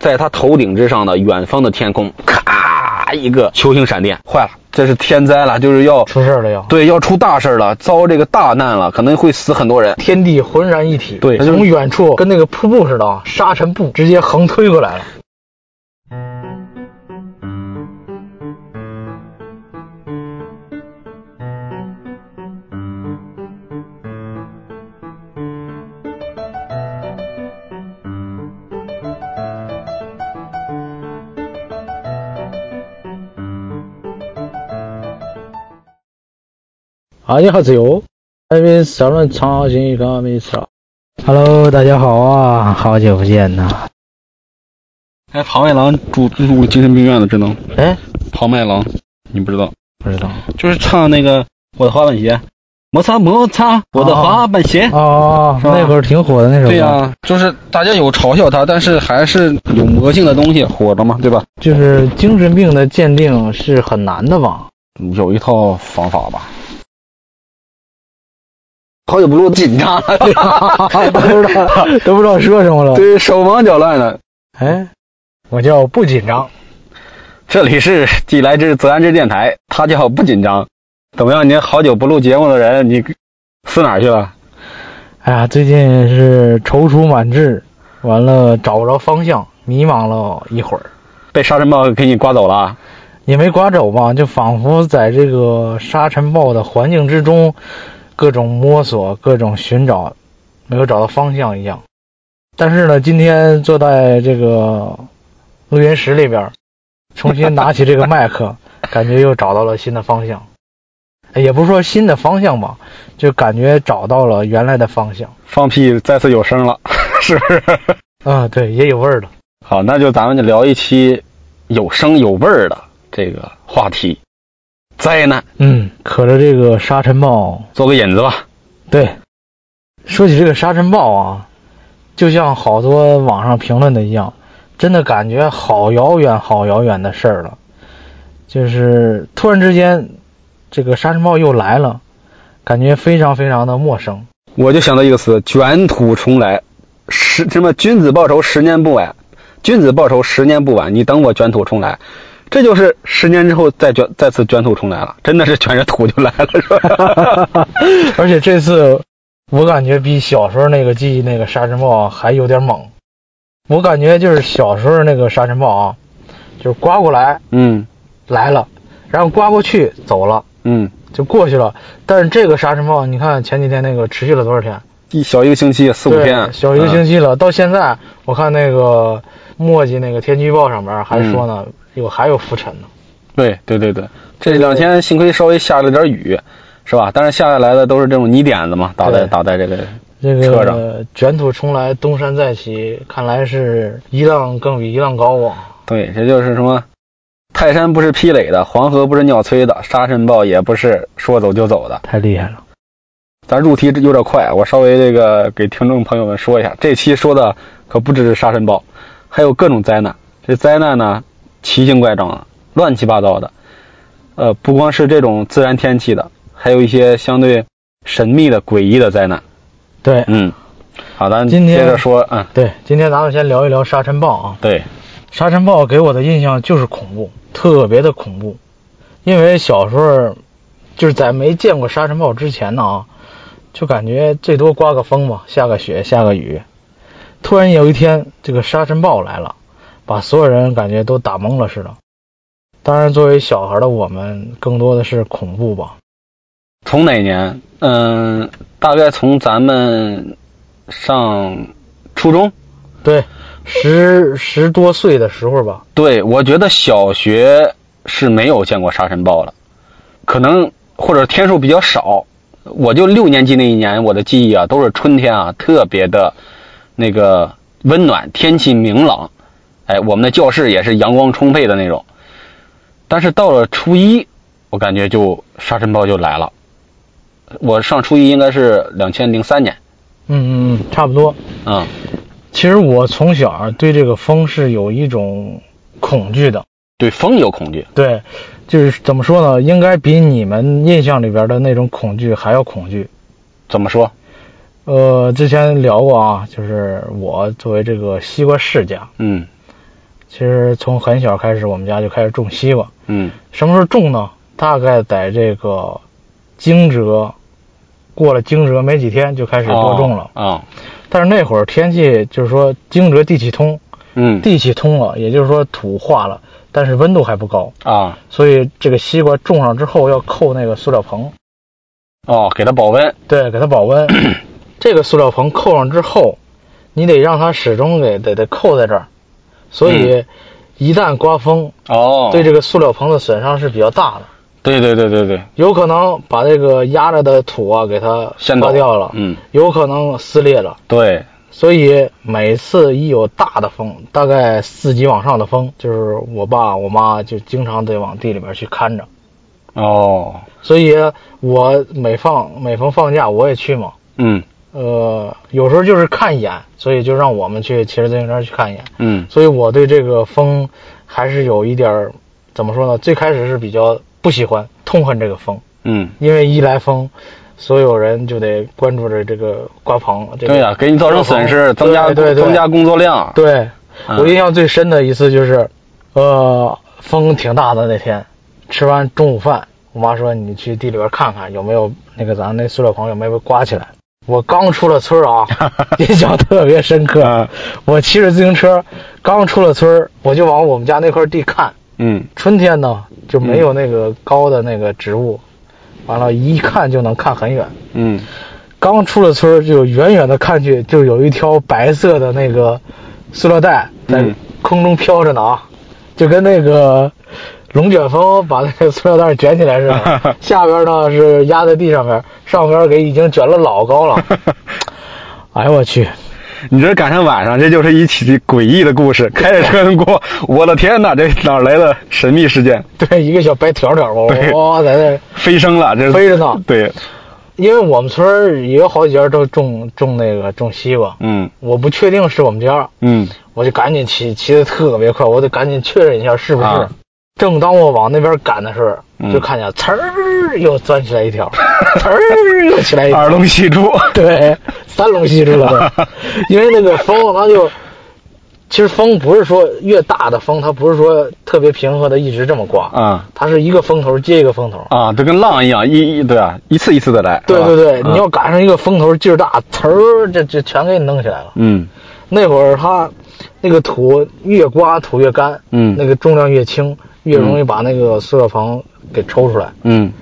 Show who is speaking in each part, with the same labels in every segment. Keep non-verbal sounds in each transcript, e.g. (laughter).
Speaker 1: 在他头顶之上的远方的天空，咔一个球形闪电，坏了，这是天灾了，就是要
Speaker 2: 出事儿了要。
Speaker 1: 对要出大事儿了，遭这个大难了，可能会死很多人。
Speaker 2: 天地浑然一体，
Speaker 1: 对
Speaker 2: 从远处跟那个瀑布似的啊，沙尘暴直接横推过来了。啊，你好，自由。因为咱们长兴刚没少。Hello，大家好啊，好久不见呐。
Speaker 1: 哎，庞麦郎住入精神病院了，知道吗？
Speaker 2: 哎，
Speaker 1: 庞麦郎，你不知道，
Speaker 2: 不知道。
Speaker 1: 就是唱那个我的滑板鞋，摩擦摩擦我的滑板鞋。
Speaker 2: 哦，
Speaker 1: 是吧
Speaker 2: (laughs) 那会儿挺火的那首歌，
Speaker 1: 对呀、就是大家有嘲笑他，但是还是有魔性的东西火着嘛，对吧？
Speaker 2: 就是精神病的鉴定是很难的吧？
Speaker 1: 有一套方法吧。好久不录，紧张啊了，
Speaker 2: (laughs) 都不知道，都不知道说什么了。
Speaker 1: 对手忙脚乱的。
Speaker 2: 哎，我叫不紧张。
Speaker 1: 这里是既来之则安之电台，他叫不紧张。怎么样？你好久不录节目的人，你死哪儿去了？
Speaker 2: 哎呀，最近是踌躇满志，完了找不着方向，迷茫了一会儿，
Speaker 1: 被沙尘暴给你刮走了？
Speaker 2: 也没刮走吧，就仿佛在这个沙尘暴的环境之中，各种摸索，各种寻找，没有找到方向一样。但是呢，今天坐在这个录音室里边儿，重新拿起这个麦克， (laughs) 感觉又找到了新的方向。哎也不是说新的方向吧，就感觉找到了原来的方向。
Speaker 1: 放屁再次有声了， (laughs) 是不是？
Speaker 2: 啊，对，也有味儿了。
Speaker 1: 好，那就咱们就聊一期有声有味儿的这个话题，灾难
Speaker 2: 嗯，可着这个沙尘暴，
Speaker 1: 做个引子吧。
Speaker 2: 对，说起这个沙尘暴啊，就像好多网上评论的一样，真的感觉好遥远、好遥远的事儿了。就是突然之间，这个沙尘暴又来了，感觉非常非常的陌生。
Speaker 1: 我就想到一个词：卷土重来。十什么君子报仇，十年不晚。君子报仇，十年不晚。你等我卷土重来，这就是十年之后再卷再次卷土重来了，真的是卷着土就来了，是
Speaker 2: (laughs)
Speaker 1: 吧？
Speaker 2: 而且这次，我感觉比小时候那个记忆那个沙尘暴啊还有点猛。我感觉就是小时候那个沙尘暴啊，就是刮过来
Speaker 1: 嗯
Speaker 2: 来了，然后刮过去走了。
Speaker 1: 嗯，
Speaker 2: 就过去了。但是这个沙尘暴，你看前几天那个持续了多少天？
Speaker 1: 一小一个星期，四五
Speaker 2: 对
Speaker 1: 天，嗯
Speaker 2: 小一个星
Speaker 1: 期。
Speaker 2: 期了。到现在，我看那个墨迹那个天气预报上面还说
Speaker 1: 嗯
Speaker 2: 呢，有还有浮尘呢。
Speaker 1: 对对对对，这两天幸亏稍微下了点雨，是吧？但是下下来的都是这种泥点子嘛，打在
Speaker 2: 对
Speaker 1: 打在这个
Speaker 2: 这
Speaker 1: 车
Speaker 2: 个
Speaker 1: 上
Speaker 2: 卷土重来，东山再起，看来是一浪更比一浪高啊！
Speaker 1: 对，这就是什么？泰山不是劈垒的，黄河不是尿催的，沙尘暴也不是说走就走的。
Speaker 2: 太厉害了。
Speaker 1: 咱入题有点快，我稍微这个给听众朋友们说一下，这期说的可不只是沙尘暴，还有各种灾难。这灾难呢，奇形怪状的，乱七八糟的。呃，不光是这种自然天气的，还有一些相对神秘的、诡异的灾难。
Speaker 2: 对
Speaker 1: 嗯，好，咱
Speaker 2: 今天
Speaker 1: 接着说。嗯，
Speaker 2: 对，今天咱们先聊一聊沙尘暴啊。
Speaker 1: 对，
Speaker 2: 沙尘暴给我的印象就是恐怖，特别的恐怖。因为小时候就是在没见过沙尘暴之前呢啊，就感觉最多刮个风嘛，下个雪，下个雨。突然有一天，这个沙尘暴来了，把所有人感觉都打懵了似的。当然，作为小孩的我们，更多的是恐怖吧。
Speaker 1: 从哪年？嗯、大概从咱们上初中。
Speaker 2: 对，十十多岁的时候吧，
Speaker 1: 对，我觉得小学是没有见过沙尘暴的，可能或者天数比较少。我就六年级那一年，我的记忆啊都是春天啊，特别的那个温暖，天气明朗，哎，我们的教室也是阳光充沛的那种。但是到了初一，我感觉就沙尘暴就来了。我上初一应该是两千零三年，
Speaker 2: 嗯嗯嗯，差不多。
Speaker 1: 嗯，
Speaker 2: 其实我从小对这个风是有一种恐惧的，
Speaker 1: 对风有恐惧，
Speaker 2: 对，就是怎么说呢？应该比你们印象里边的那种恐惧还要恐惧。
Speaker 1: 怎么说？
Speaker 2: 呃，之前聊过啊，就是我作为这个西瓜世家，
Speaker 1: 嗯
Speaker 2: 其实从很小开始，我们家就开始种西瓜。
Speaker 1: 嗯
Speaker 2: 什么时候种呢？大概在这个惊蛰，过了惊蛰没几天就开始播种了。
Speaker 1: 啊、哦
Speaker 2: 但是那会儿天气就是说惊蛰地气通，
Speaker 1: 嗯
Speaker 2: 地气通了，也就是说土化了，但是温度还不高，
Speaker 1: 啊
Speaker 2: 所以这个西瓜种上之后要扣那个塑料棚，
Speaker 1: 哦，给它保温
Speaker 2: 对，给它保
Speaker 1: (clears throat)
Speaker 2: 温。这个塑料棚扣上之后，你得让它始终给得得扣在这儿，所以一旦刮风，
Speaker 1: 嗯哦。
Speaker 2: 对这个塑料棚的损伤是比较大的。
Speaker 1: 对对对对对，
Speaker 2: 有可能把这个压着的土啊给它
Speaker 1: 先
Speaker 2: 刮
Speaker 1: 倒
Speaker 2: 掉了，
Speaker 1: 嗯，
Speaker 2: 有可能撕裂了。
Speaker 1: 对，
Speaker 2: 所以每次一有大的风，大概四级往上的风，就是我爸我妈就经常得往地里边去看着。
Speaker 1: 哦，
Speaker 2: 所以我每放每逢放假我也去嘛，
Speaker 1: 嗯
Speaker 2: 呃，有时候就是看一眼，所以就让我们去骑着自行车去看一眼。
Speaker 1: 嗯
Speaker 2: 所以我对这个风还是有一点儿怎么说呢？最开始是比较不喜欢、痛恨这个风。
Speaker 1: 嗯，
Speaker 2: 因为一来风，所有人就得关注着这个瓜棚。这个、
Speaker 1: 对呀、啊给你造成损失，增加
Speaker 2: 对对对
Speaker 1: 增加工作量。
Speaker 2: 对，
Speaker 1: 嗯
Speaker 2: 我印象最深的一次就是，呃，风挺大的那天，吃完中午饭，我妈说你去地里边看看有没有那个咱那塑料棚有没有被刮起来。我刚出了村儿
Speaker 1: (laughs)
Speaker 2: 啊，印象特别深刻
Speaker 1: 嗯。
Speaker 2: 我骑着自行车刚出了村儿，我就往我们家那块地看，
Speaker 1: 嗯
Speaker 2: 春天呢就没有那个高的那个植物，完了，一看就能看很远。
Speaker 1: 嗯，
Speaker 2: 刚出了村儿，就远远的看去，就有一条白色的那个塑料带在
Speaker 1: 嗯。
Speaker 2: 空中飘着呢啊，就跟那个龙卷风把那个塑料袋卷起来似的
Speaker 1: (laughs)
Speaker 2: 下边呢是压在地上边，上边给已经卷了老高
Speaker 1: (laughs)
Speaker 2: 了。哎呦我去！
Speaker 1: 你这赶上晚上，这就是一起诡异的故事。开着车过，我的天哪，这哪儿来的神秘事件？
Speaker 2: 对，一个小白条条，哇
Speaker 1: 对
Speaker 2: 哇在那，
Speaker 1: 飞升了，这是
Speaker 2: 飞着呢
Speaker 1: 对，
Speaker 2: 因为我们村儿也有好几家都种种那个种西瓜，
Speaker 1: 嗯
Speaker 2: 我不确定是我们家，
Speaker 1: 嗯
Speaker 2: 我就赶紧骑，骑得特别快，我得赶紧确认一下是不是。
Speaker 1: 啊
Speaker 2: 正当我往那边赶的时候，
Speaker 1: 嗯
Speaker 2: 就看见呲儿又钻起来
Speaker 1: (laughs)
Speaker 2: 一条，呲儿又起来一条，
Speaker 1: 耳聋戏珠。
Speaker 2: 对，三龙戏珠了都，因为那个风它就。其实风不是说越大的风，它不是说特别平和的一直这么刮，
Speaker 1: (laughs) 啊
Speaker 2: 它是一个风头接一个风头。
Speaker 1: 啊，这跟浪一样，一一对啊，一次一次的来。
Speaker 2: 对
Speaker 1: 是吧
Speaker 2: 对对，你要
Speaker 1: 嗯
Speaker 2: 赶上一个风头劲儿大，呲儿这这全给你弄起来了。
Speaker 1: 嗯
Speaker 2: 那会儿它那个土越刮土越干，
Speaker 1: 嗯
Speaker 2: 那个重量越轻，越容易把那个塑料房给抽出来。
Speaker 1: 嗯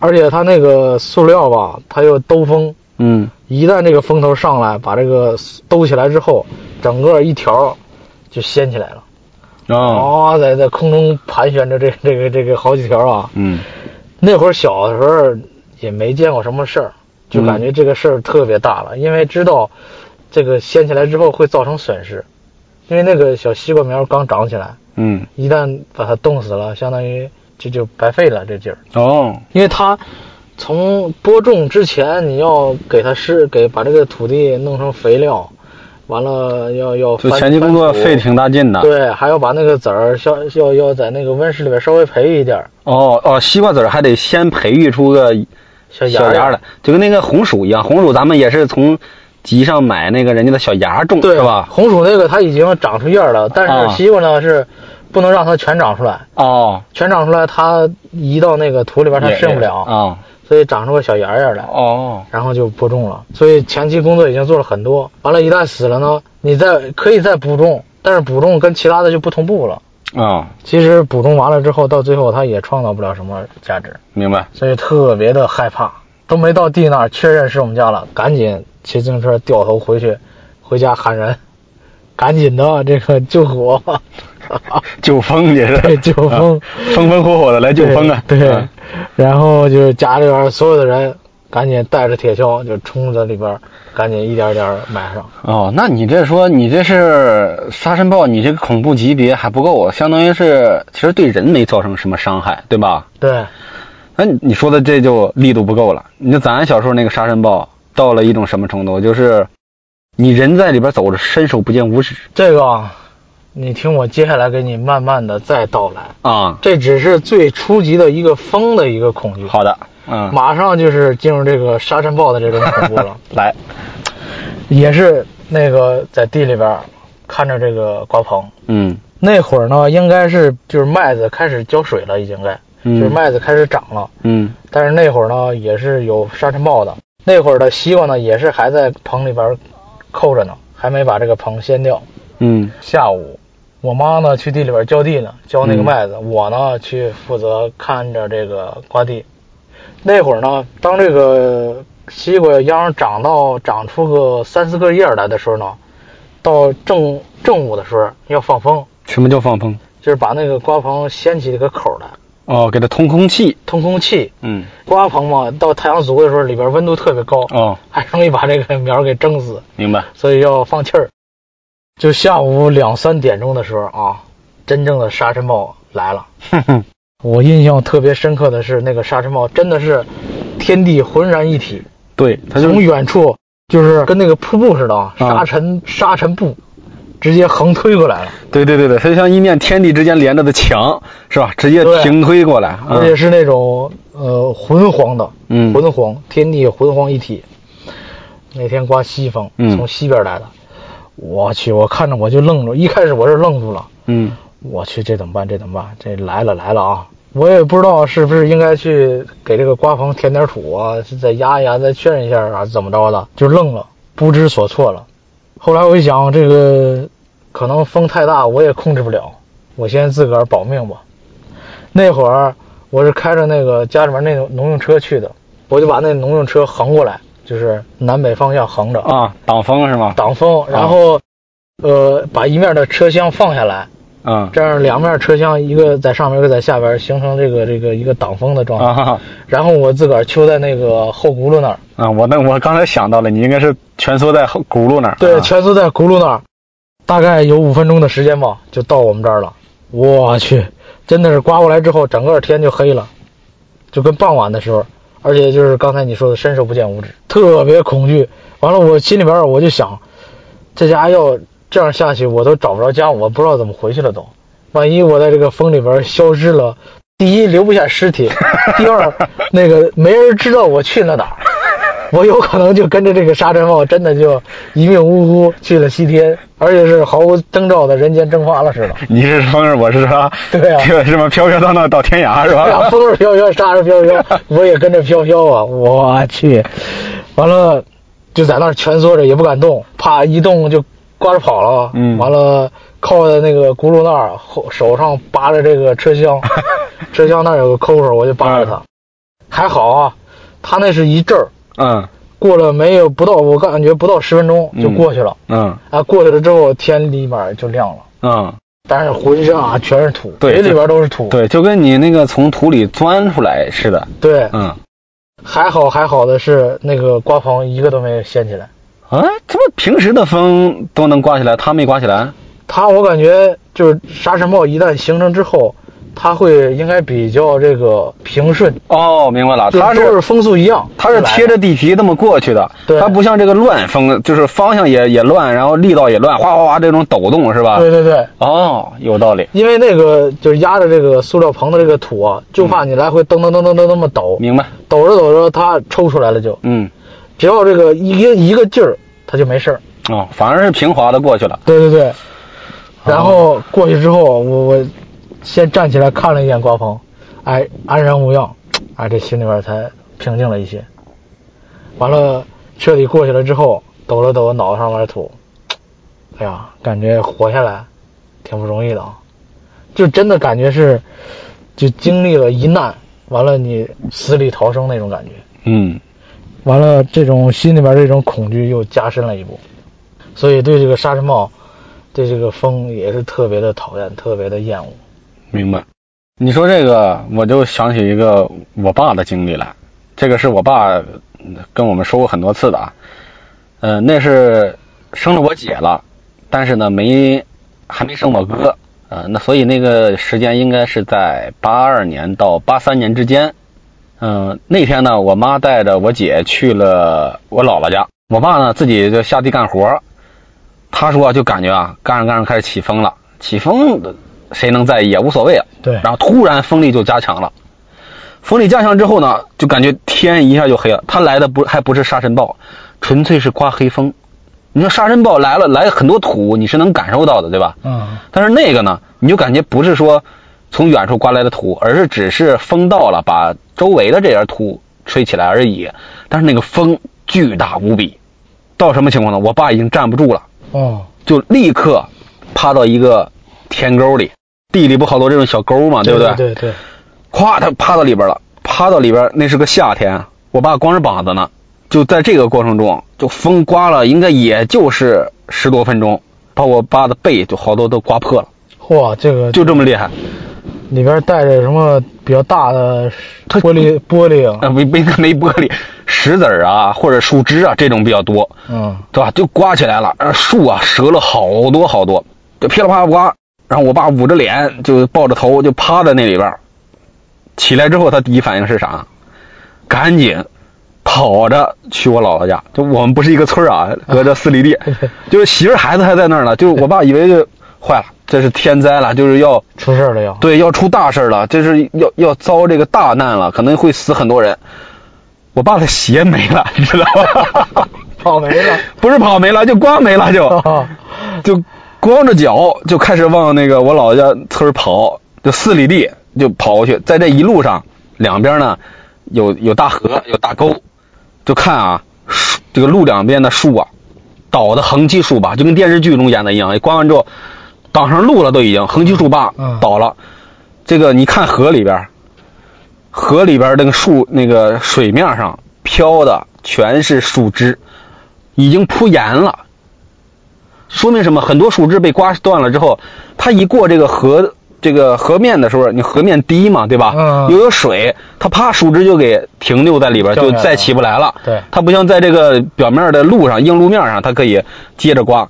Speaker 2: 而且它那个塑料吧，它又兜风，
Speaker 1: 嗯
Speaker 2: 一旦这个风头上来，把这个兜起来之后，整个一条就掀起来了，
Speaker 1: 哦
Speaker 2: 啊、在在空中盘旋着这这个这个好几条啊。
Speaker 1: 嗯
Speaker 2: 那会儿小的时候也没见过什么事儿，就感觉这个事儿特别大
Speaker 1: 嗯
Speaker 2: 了，因为知道这个掀起来之后会造成损失，因为那个小西瓜苗刚长起来，
Speaker 1: 嗯
Speaker 2: 一旦把它冻死了，相当于这就白费了这劲儿，
Speaker 1: 哦
Speaker 2: 因为它从播种之前你要给它施给把这个土地弄成肥料，完了要要
Speaker 1: 就
Speaker 2: 翻
Speaker 1: 前期工作费。
Speaker 2: 翻土
Speaker 1: 挺大劲的。
Speaker 2: 对，还要把那个籽儿要要要在那个温室里边稍微培育一点儿
Speaker 1: 哦哦，西瓜籽儿还得先培育出个
Speaker 2: 小芽
Speaker 1: 小
Speaker 2: 儿
Speaker 1: 芽儿来，就跟那个红薯一样，红薯咱们也是从集上买那个人家的小芽儿种，
Speaker 2: 对
Speaker 1: 是吧？
Speaker 2: 红薯那个它已经长出叶儿了，但
Speaker 1: 啊
Speaker 2: 是西瓜呢、是不能让它全长出来，
Speaker 1: 哦，
Speaker 2: 全长出来它移到那个土里边它
Speaker 1: 也
Speaker 2: 渗不了，
Speaker 1: 啊。
Speaker 2: 所以长出个小芽芽来，
Speaker 1: 哦，
Speaker 2: 然后就播种了。所以前期工作已经做了很多，完了，一旦死了呢，你再可以再补种，但是补种跟其他的就不同步了。
Speaker 1: 啊，
Speaker 2: 其实补种完了之后，到最后它也创造不了什么价值，
Speaker 1: 明白。
Speaker 2: 所以特别的害怕。都没到地那儿确认是我们家了，赶紧骑自行车掉头回去，回家喊人，赶紧的这个救火，
Speaker 1: 救风也是
Speaker 2: 对救风
Speaker 1: 啊风风火火的 (laughs) 来救风啊！
Speaker 2: 对，对
Speaker 1: 嗯
Speaker 2: 然后就是家里边所有的人赶紧带着铁锹就冲着里边，赶紧一点一点埋上。
Speaker 1: 哦，那你这说你这是沙尘暴，你这个恐怖级别还不够，啊相当于是其实对人没造成什么伤害，对吧？
Speaker 2: 对，
Speaker 1: 那你你说的这就力度不够了。你就咱小时候那个沙尘暴，到了一种什么程度？就是你人在里边走着，伸手不见五指
Speaker 2: 这个啊你听我接下来给你慢慢的再道来，
Speaker 1: 啊。
Speaker 2: 这只是最初级的一个风的一个恐惧，
Speaker 1: 好的，嗯，
Speaker 2: 马上就是进入这个沙尘暴的这种恐怖了。
Speaker 1: 来，
Speaker 2: 也是那个在地里边儿看着这个瓜棚，
Speaker 1: 嗯
Speaker 2: 那会儿呢，应该是就是麦子开始浇水了，已经该，
Speaker 1: 嗯
Speaker 2: 就是麦子开始长了。
Speaker 1: 嗯
Speaker 2: 但是那会儿呢，也是有沙尘暴的。那会儿的西瓜呢，也是还在棚里边扣着呢，还没把这个棚掀掉。
Speaker 1: 嗯
Speaker 2: 下午，我妈呢去地里边浇地呢，浇那个
Speaker 1: 嗯
Speaker 2: 麦子，我呢去负责看着这个瓜地。那会儿呢，当这个西瓜秧长到长出个三四个叶儿来的时候呢，到正正午的时候要放风，
Speaker 1: 什么叫放风？
Speaker 2: 就是把那个瓜棚掀起一个口儿来，
Speaker 1: 哦，给它通空气。
Speaker 2: 通空气。
Speaker 1: 嗯
Speaker 2: 瓜棚嘛，到太阳足的时候，里边温度特别高，
Speaker 1: 哦，
Speaker 2: 还容易把这个苗儿给蒸死，
Speaker 1: 明 (laughs) 白。
Speaker 2: 所以要放气儿。就下午两三点钟的时候啊，真正的沙尘暴来了。
Speaker 1: 哼哼，
Speaker 2: 我印象特别深刻的是，那个沙尘暴真的是天地浑然一体，
Speaker 1: 对，它就
Speaker 2: 从远处就是跟那个瀑布似的，啊，
Speaker 1: 啊
Speaker 2: 沙尘沙尘暴直接横推过来了，
Speaker 1: 对对对对，它就像一面天地之间连着的墙，是吧？直接
Speaker 2: 对
Speaker 1: 平推过来。
Speaker 2: 而且是那种呃浑黄的，
Speaker 1: 啊嗯
Speaker 2: 浑黄，天地浑黄一体。那天刮西风，
Speaker 1: 嗯
Speaker 2: 从西边来的，我去，我看着我就愣住，一开始我是愣住了，
Speaker 1: 嗯
Speaker 2: 我去，这怎么办？这怎么办？这来了来了啊！我也不知道是不是应该去给这个瓜棚填点土啊，再压一压，再确认一下啊，怎么着的？就愣了，不知所措了。后来我一想，这个可能风太大，我也控制不了，我先自个儿保命吧。那会儿我是开着那个家里面那种农用车去的，我就把那农用车横过来，就是南北方向横着
Speaker 1: 嗯啊，挡风是吗？
Speaker 2: 挡风，然后呃把一面的车厢放下来，
Speaker 1: 嗯
Speaker 2: 这样两面车厢一个在上面，一个在下边，形成这个这个一个挡风的状态。
Speaker 1: 啊哈哈
Speaker 2: 然后我自个儿揪在那个后轱辘那儿，
Speaker 1: 啊！我那我刚才想到了，你应该是蜷缩在后轱辘那儿。
Speaker 2: 对，
Speaker 1: 啊
Speaker 2: 蜷缩在轱辘那儿，大概有五分钟的时间吧，就到我们这儿了。我去，真的是刮过来之后，整个天就黑了，就跟傍晚的时候，而且就是刚才你说的伸手不见五指，特别恐惧。完了，我心里边儿我就想，这家要这样下去，我都找不着家，我不知道怎么回去了都。万一我在这个风里边消失了，第一留不下尸体，第二那个没人知道我去了哪儿，我有可能就跟着这个沙尘暴真的就一命呜呼去了西天，而且是毫无征兆的人间蒸发了似的。
Speaker 1: 你是风儿，我是沙，
Speaker 2: (laughs) 对啊
Speaker 1: 这什么飘飘荡荡到天涯是
Speaker 2: 哎呀，
Speaker 1: 吧？
Speaker 2: 风儿飘飘，沙儿飘飘，我也跟着飘飘啊！我去，完了就在那儿蜷缩着，也不敢动，怕一动就刮着跑了。
Speaker 1: 嗯
Speaker 2: 完了靠在那个轱辘那儿，后手上扒着这个车厢，车厢那儿有个抠手，我就扒着它。还好啊，它那是一阵儿，
Speaker 1: (laughs) 嗯
Speaker 2: 过了没有不到，我感觉不到十分钟就过去了。
Speaker 1: 嗯
Speaker 2: 啊，过去了之后天里面就亮了，
Speaker 1: 嗯，
Speaker 2: 但是浑身啊全是土，
Speaker 1: 对
Speaker 2: 嘴里边都是土。
Speaker 1: 对，就跟你那个从土里钻出来似的。
Speaker 2: 对，
Speaker 1: 嗯，
Speaker 2: 还好还好的是，那个瓜棚一个都没有掀起来。
Speaker 1: 啊，这不平时的风都能刮起来，它没刮起来。
Speaker 2: 它我感觉就是沙尘暴一旦形成之后，它会应该比较这个平顺，
Speaker 1: 哦，明白了，
Speaker 2: 就
Speaker 1: 它
Speaker 2: 是都
Speaker 1: 是
Speaker 2: 是风速一样。
Speaker 1: 它是贴着地皮这么过去的
Speaker 2: 对，
Speaker 1: 它不像这个乱风，就是方向也也乱，然后力道也乱，哗哗哗这种抖动是吧？
Speaker 2: 对对对，
Speaker 1: 哦，有道理，
Speaker 2: 因为那个就是压着这个塑料棚的这个土啊，就怕你来回噔噔噔噔噔那么抖，
Speaker 1: 明白。
Speaker 2: 抖着抖着它抽出来了就，
Speaker 1: 嗯，
Speaker 2: 只要这个一个一个劲儿，它就没事儿。
Speaker 1: 哦，反而是平滑的过去了。
Speaker 2: 对对对，然后过去之后，我我先站起来看了一眼瓜棚，哎，安然无恙，哎，这心里边才平静了一些。完了，彻底过去了之后，抖了抖脑袋上面的土，哎呀，感觉活下来挺不容易的啊，就真的感觉是，就经历了一难，完了你死里逃生那种感觉。
Speaker 1: 嗯，
Speaker 2: 完了，这种心里边这种恐惧又加深了一步，所以对这个沙尘暴，对这个风也是特别的讨厌，特别的厌恶。
Speaker 1: 明白。你说这个，我就想起一个我爸的经历来。这个是我爸嗯跟我们说过很多次的啊。呃，那是生了我姐了，但是呢，没还没生我哥。呃，那所以那个时间应该是在八二年到八三年之间。嗯、那天呢，我妈带着我姐去了我姥姥家，我爸呢自己就下地干活儿。他说啊就感觉啊，干着干着开始起风了，起风谁能在意啊？无所谓啊。
Speaker 2: 对
Speaker 1: 然后突然风力就加强了，风力加强之后呢，就感觉天一下就黑了。它来的不还不是沙尘暴，纯粹是刮黑风，你说沙尘暴来了，来很多土，你是能感受到的，对吧？
Speaker 2: 嗯
Speaker 1: 但是那个呢，你就感觉不是说从远处刮来的土，而是只是风到了，把周围的这点土吹起来而已。但是那个风巨大无比，到什么情况呢？我爸已经站不住了，
Speaker 2: 哦
Speaker 1: 就立刻趴到一个田沟里，地里不好多这种小沟嘛，不
Speaker 2: 对？对对，
Speaker 1: 咵，他趴到里边了，趴到里边，那是个夏天，我爸光着膀子呢。就在这个过程中，就风刮了，应该也就是十多分钟，把我爸的背就好多都刮破了，
Speaker 2: 嚯，这个
Speaker 1: 就这么厉害。 (laughs)
Speaker 2: 里边带着什么比较大的
Speaker 1: 它
Speaker 2: 玻璃玻璃啊？
Speaker 1: 啊，没没没玻璃，石子儿啊或者树枝啊这种比较多，
Speaker 2: 嗯
Speaker 1: 对吧？就刮起来了，呃树啊折了好多好多，就噼里啪啦刮。然后我爸捂着脸，就抱着头，就趴在那里边儿。起来之后，他第一反应是啥？赶紧跑着去我姥姥家。就我们不是一个村儿啊，隔着四里地， (laughs) 就是媳妇儿孩子还在那儿呢。就是我爸以为就坏了，这是天灾了，就是要
Speaker 2: 出事儿了要。
Speaker 1: 对，要出大事儿了，这是要要遭这个大难了，可能会死很多人。我爸的鞋没了，你知道吗？
Speaker 2: 跑哦没了。
Speaker 1: 不是 (laughs) 跑没了，就光没了就，
Speaker 2: 哦
Speaker 1: (laughs) 就光着脚就开始往那个我姥姥家村儿跑，就四里地就跑过去。在这一路上，两边呢有有大河，有大沟，就看啊，树这个路两边的树啊，倒的横七竖八，就跟电视剧中演的一样，刮完之后挡上路了都已经，横七竖八
Speaker 2: 嗯
Speaker 1: 倒了。这个你看河里边儿，河里边儿那个树那个水面上飘的全是树枝，已经铺严了。说明什么？很多树枝被刮断了之后，它一过这个河这个河面的时候，你河面低嘛，对吧？
Speaker 2: 嗯
Speaker 1: 又有水，它啪树枝就给停留在里边，
Speaker 2: 掉
Speaker 1: 就
Speaker 2: 下来
Speaker 1: 再
Speaker 2: 了
Speaker 1: 起不来了。
Speaker 2: 对
Speaker 1: 它不像在这个表面的路上、硬路面上，它可以接着刮。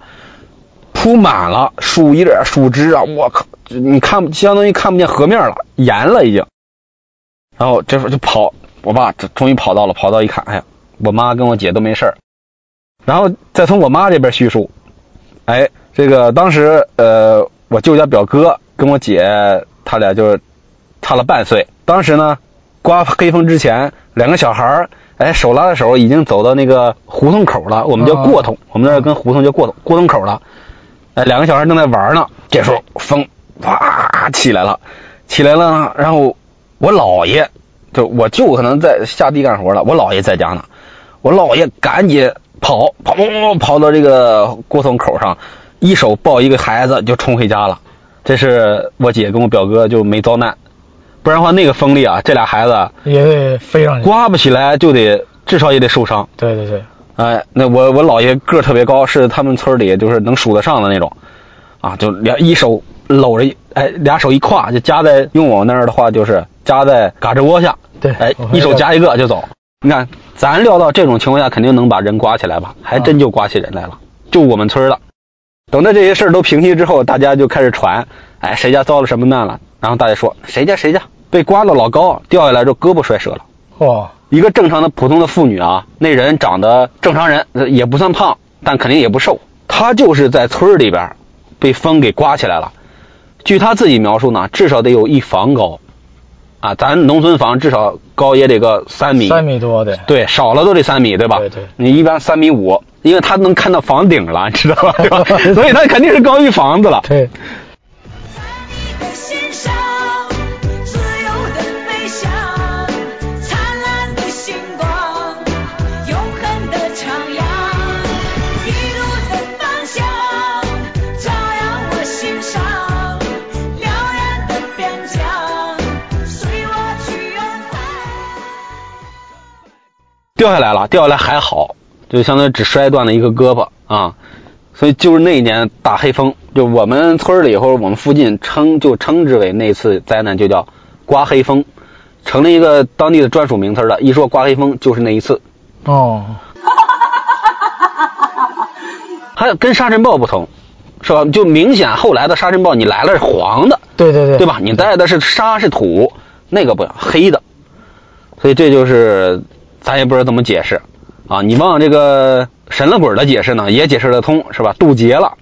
Speaker 1: 铺满了树叶、树枝啊！我靠，这你看不相当于看不见河面了，严了已经。然后这会儿就跑，我爸这终于跑到了，跑到一看，哎呀，我妈跟我姐都没事儿。然后再从我妈这边叙述，哎，这个当时呃，我舅家表哥跟我姐他俩就是差了半岁。当时呢，刮黑风之前，两个小孩儿哎手拉着手已经走到那个胡同口了，我们叫过头，我们那儿跟胡同叫过头，过头口了。哎，两个小孩正在玩呢，这时候风哇起来了，起来了呢，然后我姥爷就我舅可能在下地干活了，我姥爷在家呢，我姥爷赶紧跑跑跑跑跑到这个胡同口上，一手抱一个孩子就冲回家了。这是我姐跟我表哥就没遭难，不然的话那个风力啊，这俩孩子
Speaker 2: 也得飞上去。
Speaker 1: 刮不起来就得至少也得受伤。
Speaker 2: 对对对，
Speaker 1: 哎，那我我姥爷个儿特别高，是他们村里就是能数得上的那种，啊，就俩一手搂着一，哎，俩手一挎，就夹在用我那儿的话就是夹在胳肢窝下，
Speaker 2: 对
Speaker 1: 哎
Speaker 2: 我，
Speaker 1: 一
Speaker 2: 们
Speaker 1: 手
Speaker 2: 这
Speaker 1: 夹一个就走。你看，咱撂到这种情况下，肯定能把人刮起来吧？还真就刮起人来了，就我们村儿了。等到这些事儿都平息之后，大家就开始传，哎，谁家遭了什么难了？然后大家说，谁家谁家被刮到老高，掉下来之后胳膊摔折了。
Speaker 2: 嚯，
Speaker 1: 一个正常的普通的妇女啊，那人长得正常人，呃也不算胖，但肯定也不瘦。她就是在村儿里边儿被风给刮起来了。据她自己描述呢，至少得有一房高，啊，咱农村房至少高也得个三米，
Speaker 2: 三米多得。
Speaker 1: 对，少了都得三米，对吧？
Speaker 2: 对对
Speaker 1: 你一般三米五，因为她能看到房顶了，你知道
Speaker 2: (laughs)
Speaker 1: 吧？对吧？所以她肯定是高于房子了。
Speaker 2: 对，
Speaker 3: 在你的心上，自由的飞翔，灿烂的星光，永恒的徜徉，一路的方向，照耀我心上，辽远的边疆，随我去远方。
Speaker 1: 掉下来了，掉下来还好，就相当于只摔断了一个胳膊啊。所以就是那一年大黑风，就我们村儿里或者我们附近称就称之为那次灾难就叫刮黑风，成了一个当地的专属名词了。一说刮黑风就是那一次，
Speaker 2: 哦，
Speaker 1: 还有跟沙尘暴不同，是吧？就明显后来的沙尘暴，你来了是黄的，
Speaker 2: 对对对，
Speaker 1: 对吧？？你带的是沙是土，那个不一样，黑的，所以这就是咱也不知道怎么解释啊。你往这个神了鬼的解释呢，也解释得通，是吧？渡劫了，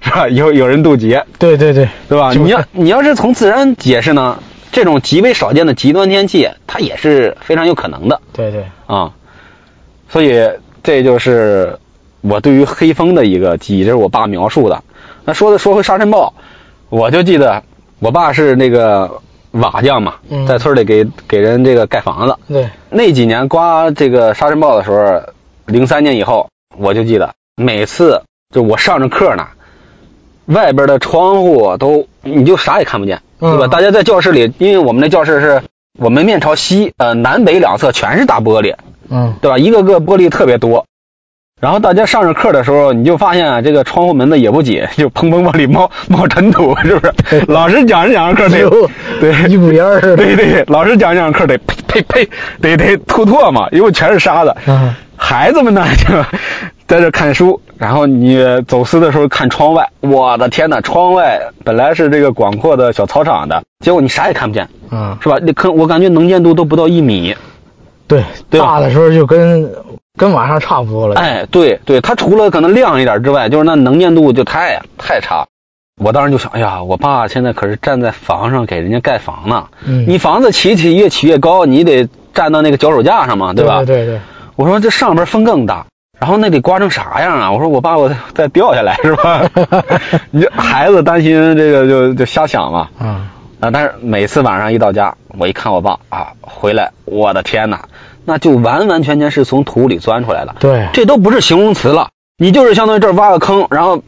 Speaker 1: 是吧？有有人渡劫，
Speaker 2: 对对对，
Speaker 1: 对吧？
Speaker 2: 就是
Speaker 1: 你要你要是从自然解释呢，这种极为少见的极端天气，它也是非常有可能的
Speaker 2: 对对，
Speaker 1: 啊。所以这就是我对于黑风的一个记忆，这是我爸描述的。那说的说回沙尘暴，我就记得我爸是那个瓦匠嘛
Speaker 2: 嗯，
Speaker 1: 在村里给给人这个盖房子。
Speaker 2: 对，
Speaker 1: 那几年刮这个沙尘暴的时候，零三年以后，我就记得每次就我上着课呢，外边的窗户都你就啥也看不见，
Speaker 2: 嗯
Speaker 1: 对吧？大家在教室里，因为我们那教室是我们面朝西，呃，南北两侧全是大玻璃， (laughs)
Speaker 2: 嗯
Speaker 1: 对吧？一个个玻璃特别多。然后大家上着课的时候，你就发现啊，这个窗户门子也不紧，就砰砰往里冒冒尘土，是不是？老师讲着讲着课得
Speaker 2: (laughs) 就
Speaker 1: 对 (laughs)
Speaker 2: 一股烟儿似的
Speaker 1: 对对，老师讲着讲着课得呸呸呸，得得吐唾沫，因为全是沙子。
Speaker 2: (laughs) 啊
Speaker 1: 孩子们呢 (laughs) 就在这看书，然后你走私的时候看窗外，我的天呐，窗外本来是这个广阔的小操场的，结果你啥也看不见，
Speaker 2: 啊，
Speaker 1: 是吧？那可我感觉能见度都不到一米。
Speaker 2: 对，
Speaker 1: 对吧
Speaker 2: 大的时候就跟跟晚上差不多了。
Speaker 1: 哎，对对，它除了可能亮一点之外，就是那能见度就太太差。我当时就想，哎呀，我爸现在可是站在房上给人家盖房呢，
Speaker 2: 嗯，
Speaker 1: 你房子起起越起越高，你得站到那个脚手架上嘛，
Speaker 2: 对
Speaker 1: 吧？
Speaker 2: 对对
Speaker 1: 我说这上边风更大，然后那得刮成啥样啊？我说我爸我再再掉下来是吧？ (laughs) 你这孩子担心这个就就瞎想嘛。
Speaker 2: 对啊，
Speaker 1: 啊，但是每次晚上一到家，我一看我爸啊回来，我的天呐，那就完完全全是从土里钻出来的。
Speaker 2: 对，
Speaker 1: 这都不是形容词了，你就是相当于这儿挖个坑，然后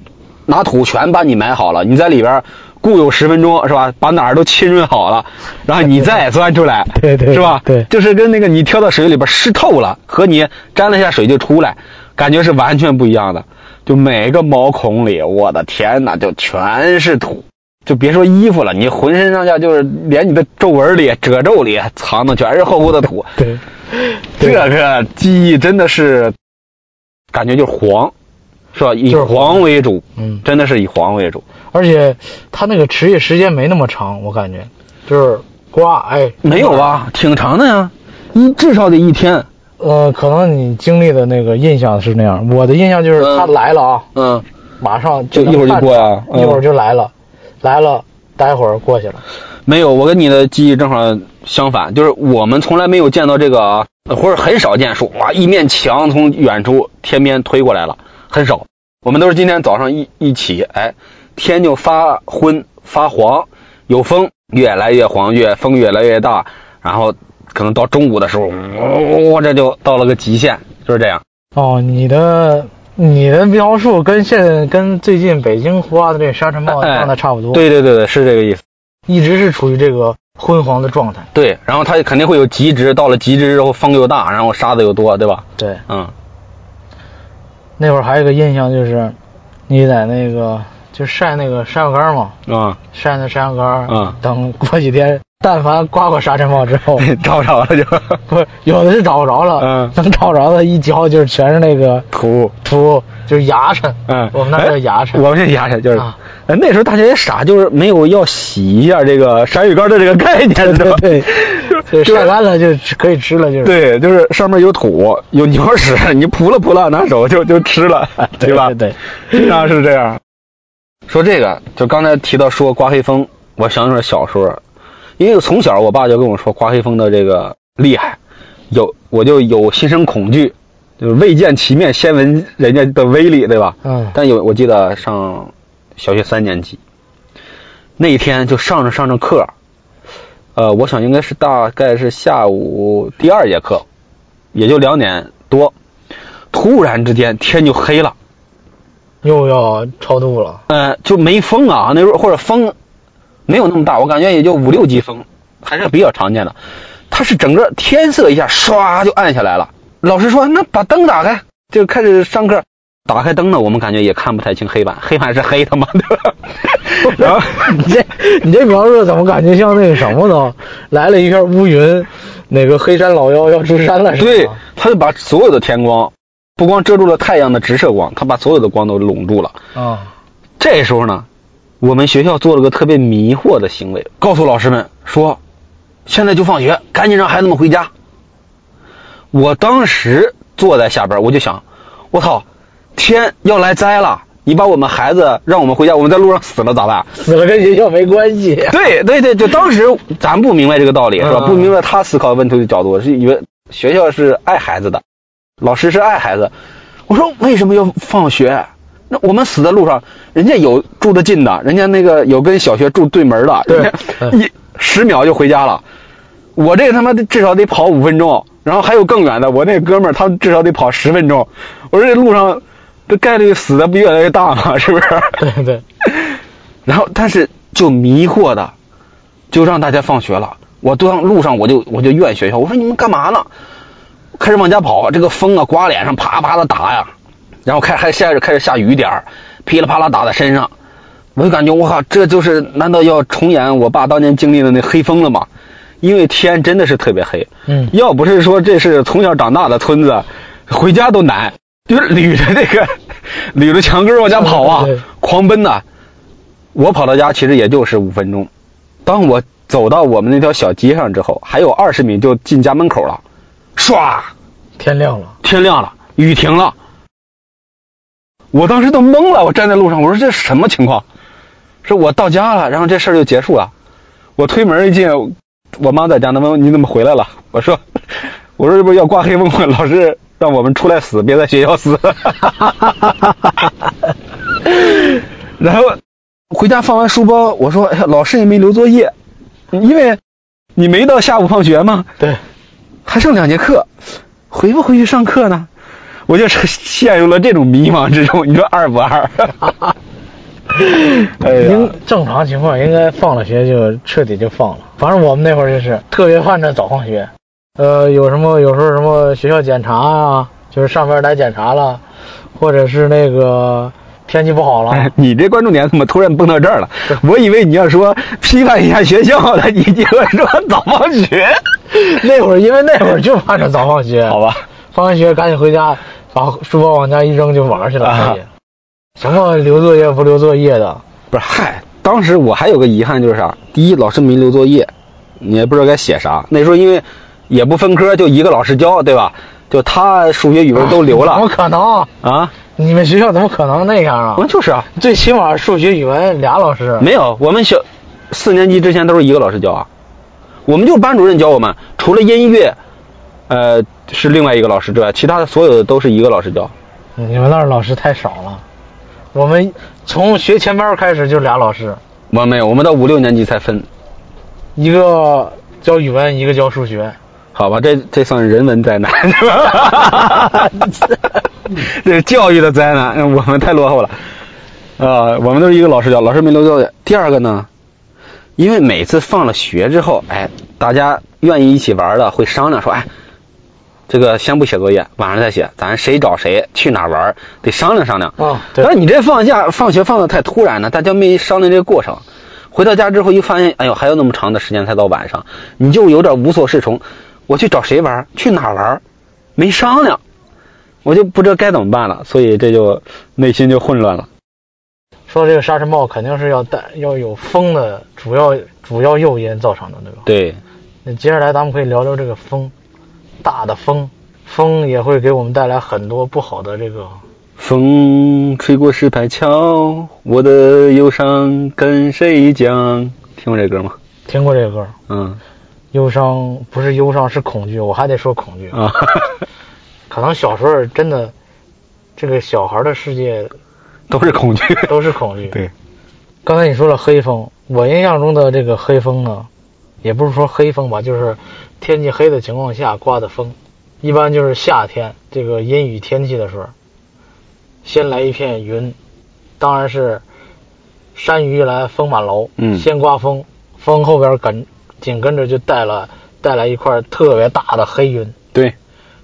Speaker 1: 拿土全把你埋好了，你在里边固有十分钟是吧？把哪儿都浸润好了，然后你再钻出来
Speaker 2: (laughs) 对对
Speaker 1: 是吧？
Speaker 2: 对
Speaker 1: 就是跟那个你跳到水里边湿透了，和你沾了一下水就出来，感觉是完全不一样的。就每个毛孔里，我的天呐，就全是土。就别说衣服了，你浑身上下就是连你的皱纹里、褶皱里藏的全是厚厚的土，
Speaker 2: 对，
Speaker 1: (laughs) 这
Speaker 2: 对
Speaker 1: 个记忆真的是，感觉就是黄，是吧？以
Speaker 2: 就是黄
Speaker 1: 黄为主，
Speaker 2: 嗯，
Speaker 1: 真的是以黄为主。
Speaker 2: 而且它那个持续时间没那么长，我感觉就是刮哎
Speaker 1: 没有？啊，挺长的呀，一至少得一天。
Speaker 2: 呃，可能你经历的那个印象是那样，我的印象就是
Speaker 1: 嗯
Speaker 2: 它来了啊，
Speaker 1: 嗯，
Speaker 2: 马上
Speaker 1: 就一会儿就过呀
Speaker 2: 一会儿
Speaker 1: 嗯
Speaker 2: 就来了，来了，待会儿过去了。
Speaker 1: 没有，我跟你的记忆正好相反，就是我们从来没有见到这个啊，或者很少见说哇，一面墙从远处天边推过来了，很少。我们都是今天早上一一起，哎，天就发昏发黄，有风越来越黄，越风越来越大，然后可能到中午的时候，呜、这就到了个极限，就是这样。
Speaker 2: 哦，你的你的描述跟现跟最近北京刮的这沙尘暴
Speaker 1: 哎
Speaker 2: 状态差不多，，
Speaker 1: 对对对对，是这个意思。
Speaker 2: 一直是处于这个昏黄的状态。
Speaker 1: 对，然后它肯定会有极值，到了极值之后风又大，然后沙子又多，对吧？
Speaker 2: 对，
Speaker 1: 嗯。
Speaker 2: 那会儿还有一个印象就是，你在那个就晒那个山药干嘛，
Speaker 1: (laughs) 啊、
Speaker 2: 晒那山药干，
Speaker 1: 嗯
Speaker 2: 等过几天，但凡刮过沙尘暴之
Speaker 1: (laughs)
Speaker 2: 后，
Speaker 1: 找不着了就
Speaker 2: 不是有的是找不着了，
Speaker 1: 嗯
Speaker 2: 能找着的一浇就是全是那个
Speaker 1: 土，
Speaker 2: 土，就是牙碜，
Speaker 1: 嗯，
Speaker 2: 我们那叫牙
Speaker 1: 哎
Speaker 2: 碜，
Speaker 1: 我们这牙碜就是、
Speaker 2: 啊
Speaker 1: 哎那时候大家也傻，就是没有要洗一下这个山芋干的这个概念，对吧？
Speaker 2: (laughs) 对，对，
Speaker 1: 就
Speaker 2: 晒
Speaker 1: 是
Speaker 2: 干了就吃可以吃了，就是。
Speaker 1: 对，就是上面有土，有鸟屎，你扑了扑了，拿手就就吃了，
Speaker 2: 对
Speaker 1: 吧？
Speaker 2: 对
Speaker 1: (laughs) 经常是这样。说这个，就刚才提到说刮黑风，我想起来小时候，因为从小我爸就跟我说刮黑风的这个厉害，有我就有心生恐惧，就是未见其面，先闻人家的威力，对吧？
Speaker 2: 嗯
Speaker 1: 但有我记得上小学三年级那一天，就上着上着课，呃，我想应该是大概是下午第二节课，也就两点多，突然之间天就黑了。
Speaker 2: 又要超度了，
Speaker 1: 呃，就没风啊，那时候或者风没有那么大，我感觉也就五六级风，还是比较常见的。它是整个天色一下唰就暗下来了。老师说：“那把灯打开。”就开始上课，打开灯呢，我们感觉也看不太清黑板，黑板是黑的嘛，对吧？ (laughs) 然后
Speaker 2: (laughs) 你这你这描述怎么感觉像那个什么呢？来了一片乌云，哪个黑山老妖要出山了是吧？
Speaker 1: 对，他就把所有的天光，不光遮住了太阳的直射光，他把所有的光都笼住了。
Speaker 2: 啊，
Speaker 1: 这时候呢，我们学校做了个特别迷惑的行为，告诉老师们说，现在就放学，赶紧让孩子们回家。我当时坐在下边，我就想，我操，天要来灾了！你把我们孩子让我们回家，我们在路上死了咋办？
Speaker 2: 死了跟学校没关系。
Speaker 1: 对对对，就当时咱不明白这个道理是吧？
Speaker 2: 嗯
Speaker 1: 不明白他思考问题的角度，是以为学校是爱孩子的，老师是爱孩子。我说为什么要放学？啊那我们死在路上，人家有住得近的，人家那个有跟小学住对门的，
Speaker 2: 对
Speaker 1: 人家
Speaker 2: 嗯
Speaker 1: 一十秒就回家了。我这个他妈得至少得跑五分钟，然后还有更远的，我那哥们儿他至少得跑十分钟。我说这路上的概率死的不越来越大
Speaker 2: (laughs)
Speaker 1: 吗？是不是？
Speaker 2: 对对，
Speaker 1: 然后但是就迷惑的，就让大家放学了。我都上路上我就我就怨学校，我说你们干嘛呢？开始往家跑，这个风啊刮脸上啪啪的打呀，然后开还下着开始下雨点儿，噼里啪啦打在身上，我就感觉我靠，这就是难道要重演我爸当年经历的那黑风了吗？因为天真的是特别黑，
Speaker 2: 嗯
Speaker 1: 要不是说这是从小长大的村子，回家都难，就是捋着那个捋着墙根儿往家跑啊
Speaker 2: 对，
Speaker 1: 狂奔呐、我跑到家其实也就是五分钟，当我走到我们那条小街上之后，还有二十米就进家门口了，唰，
Speaker 2: 天亮了，
Speaker 1: 天亮了，雨停了。我当时都懵了，我站在路上，我说这什么情况？是我到家了，然后这事儿就结束了。我推门一进，我妈在家呢，问我你怎么回来了？我说， (laughs) 我说这不是要刮黑风吗？老师让我们出来死，别在学校死。 (laughs) 然后回家放完书包，我说，哎呀，老师也没留作业，因为你没到下午放学嘛。
Speaker 2: 对，
Speaker 1: 还剩两节课，回不回去上课呢？我就是陷入了这种迷茫之中。你说二不二？ (laughs) 哎呀，
Speaker 2: 应正常情况应该放了学就彻底就放了，反正我们那会儿就是特别盼着早放学，呃，有什么有时候什么学校检查啊，就是上边来检查了，或者是那个天气不好了，
Speaker 1: (laughs) 哎你这关注点怎么突然蹦到这儿 (laughs) 了？我以为你要说批判一下学校的，你就说早放 (laughs) 学，
Speaker 2: 那会儿因为那会儿就盼着早放学，
Speaker 1: 好吧？
Speaker 2: 放完学赶紧回家，把书包往家一扔就玩去了。
Speaker 1: 啊
Speaker 2: 可以什么留作业不留作业的？
Speaker 1: 不是，嗨，当时我还有个遗憾就是啥？第一，老师没留作业，你也不知道该写啥。那时候因为也不分科，就一个老师教，对吧？就他数学、语文都留
Speaker 2: 怎么
Speaker 1: 了
Speaker 2: 可能？
Speaker 1: (laughs) 啊，
Speaker 2: 你们学校怎么可能那样啊
Speaker 1: 我？就是啊。
Speaker 2: 最起码数学、语文俩老师，
Speaker 1: 没有，我们小四年级之前都是一个老师教啊，我们就班主任教我们，除了音乐，呃，是另外一个老师之外，其他的所有的都是一个老师教。
Speaker 2: 你们那儿老师太少了。我们从学前班开始就俩老师，
Speaker 1: 我们没有，我们到五六年级才分，
Speaker 2: 一个教语文，一个教数学。
Speaker 1: 好吧，这这算人文灾难， (laughs) 是吧？这是教育的灾难，嗯我们太落后了。啊，我们都是一个老师教，老师没留作业。第二个呢，因为每次放了学之后，哎，大家愿意一起玩的会商量说，哎，这个先不写作业，晚上再写，咱谁找谁去哪儿玩，得商量商量。
Speaker 2: 啊对
Speaker 1: 但是你这放假放学放的太突然了，大家没商量这个过程。回到家之后一发现，哎呦，还有那么长的时间才到晚上，你就有点无所适从。我去找谁玩？去哪儿玩？没商量，我就不知道该怎么办了，所以这就内心就混乱了。
Speaker 2: 说这个沙尘暴肯定是要带要有风的主要主要诱因造成的，对吧？
Speaker 1: 对，
Speaker 2: 那接下来咱们可以聊聊这个风，大的风，风也会给我们带来很多不好的这个。
Speaker 1: 风吹过石牌桥，我的忧伤跟谁讲？听过这歌吗？
Speaker 2: 听过这个歌，
Speaker 1: 嗯
Speaker 2: 忧伤不是忧伤是恐惧，我还得说恐惧。
Speaker 1: 啊，
Speaker 2: (laughs)
Speaker 1: (laughs)
Speaker 2: 可能小时候真的，这个小孩的世界
Speaker 1: 都是恐惧。
Speaker 2: 都是恐惧。
Speaker 1: 对，
Speaker 2: 刚才你说了黑风，我印象中的这个黑风呢，也不是说黑风吧，就是天气黑的情况下刮的风，一般就是夏天这个阴雨天气的时候，先来一片云，当然是山雨欲来风满楼，
Speaker 1: 嗯
Speaker 2: 先刮风，风后边跟紧跟着就带了带来一块特别大的黑云，
Speaker 1: 对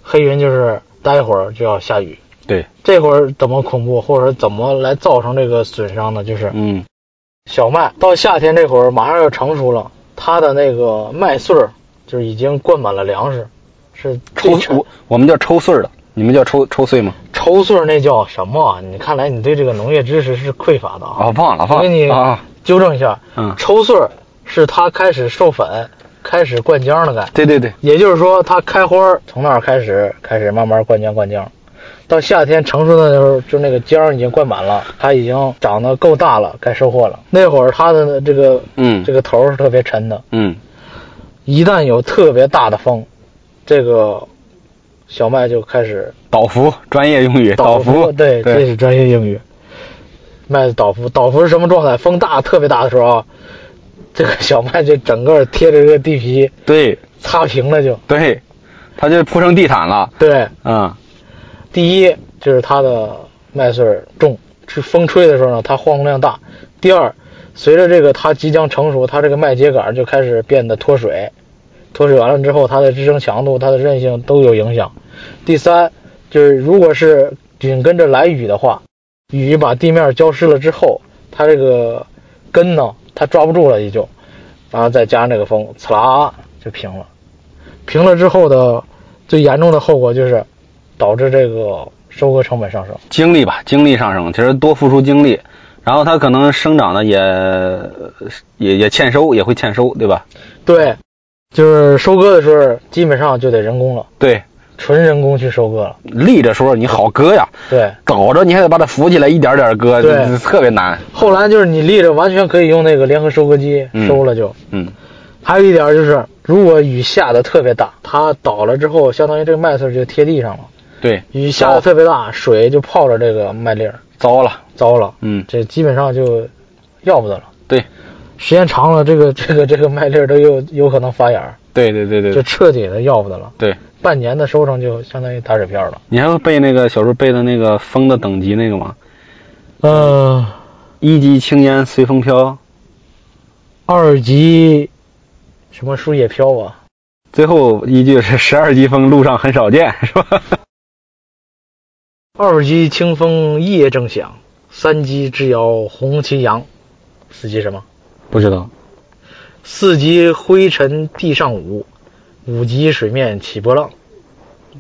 Speaker 2: 黑云就是待会儿就要下雨，
Speaker 1: 对，
Speaker 2: 这会儿怎么恐怖，或者说怎么来造成这个损伤呢？就是
Speaker 1: 嗯
Speaker 2: 小麦到夏天这会儿马上要成熟了，它的那个麦穗儿就是已经灌满了粮食，是
Speaker 1: 抽
Speaker 2: 最
Speaker 1: 我我们叫抽穗儿的，你们叫抽抽穗吗？
Speaker 2: 抽穗儿那叫什么啊？你看来你对这个农业知识是匮乏的啊！
Speaker 1: 啊，忘了
Speaker 2: 我
Speaker 1: 忘
Speaker 2: 给你
Speaker 1: 了啊，
Speaker 2: 纠正一下，
Speaker 1: 嗯
Speaker 2: 抽穗儿是它开始授粉，开始灌浆了该。
Speaker 1: 对对对，
Speaker 2: 也就是说，它开花儿从那儿开始，开始慢慢灌浆灌浆，到夏天成熟的时候，就那个浆儿已经灌满了，它已经长得够大了，该收获了。那会儿它的这个
Speaker 1: 嗯
Speaker 2: 这个头儿是特别沉的，
Speaker 1: 嗯
Speaker 2: 一旦有特别大的风，这个小麦就开始
Speaker 1: 倒伏，专业用语，倒伏，
Speaker 2: 对，这是专业用语。麦子倒伏，倒伏是什么状态？风大特别大的时候啊，这个小麦就整个贴着这个地皮
Speaker 1: 对
Speaker 2: 擦平了就。
Speaker 1: 对，它就铺成地毯了，
Speaker 2: 对，
Speaker 1: 嗯，
Speaker 2: 第一就是它的麦穗儿重，是风吹的时候呢，它晃动量大。第二，随着这个它即将成熟，它这个麦秸秆就开始变得脱水，脱水完了之后，它的支撑强度、它的韧性都有影响。第三，就是如果是紧跟着来雨的话，雨把地面浇湿了之后，它这个根呢，它抓不住了也就，然后再加上这个风，呲啦就平了。平了之后的最严重的后果就是导致这个收割成本上升。
Speaker 1: 精力吧，精力上升，其实多付出精力，然后它可能生长的也也也欠收，也会欠收，对吧？
Speaker 2: 对，就是收割的时候基本上就得人工了，
Speaker 1: 对，
Speaker 2: 纯人工去收割了。
Speaker 1: 立着时候你好割呀，
Speaker 2: 对，
Speaker 1: 搞着你还得把它扶起来，一点点割，
Speaker 2: 对
Speaker 1: 这特别难。
Speaker 2: 后来就是你立着完全可以用那个联合收割机
Speaker 1: 嗯
Speaker 2: 收了就。
Speaker 1: 嗯，
Speaker 2: 还有一点就是，如果雨下的特别大，它倒了之后，相当于这个麦穗儿就贴地上了。
Speaker 1: 对，
Speaker 2: 雨下的
Speaker 1: 糟
Speaker 2: 特别大，水就泡着这个麦粒儿，
Speaker 1: 糟了，
Speaker 2: 糟了，
Speaker 1: 嗯，
Speaker 2: 这基本上就要不得了。
Speaker 1: 对，
Speaker 2: 时间长了，这个这个这个麦粒儿都有有可能发芽儿，
Speaker 1: 对对对对对
Speaker 2: 就彻底的要不得了。
Speaker 1: 对，
Speaker 2: 半年的收成就相当于打水漂了。
Speaker 1: 你还会背那个小时候背的那个风的等级那个吗？
Speaker 2: 呃，
Speaker 1: 一级青烟随风飘，
Speaker 2: 二级什么树叶飘啊？
Speaker 1: 最后一句是十二级风路上很少见，是吧？
Speaker 2: 二级清风夜正响，三级之遥红旗扬，四级什么？
Speaker 1: 不知道，
Speaker 2: 四级灰尘地上舞，五级水面起波浪。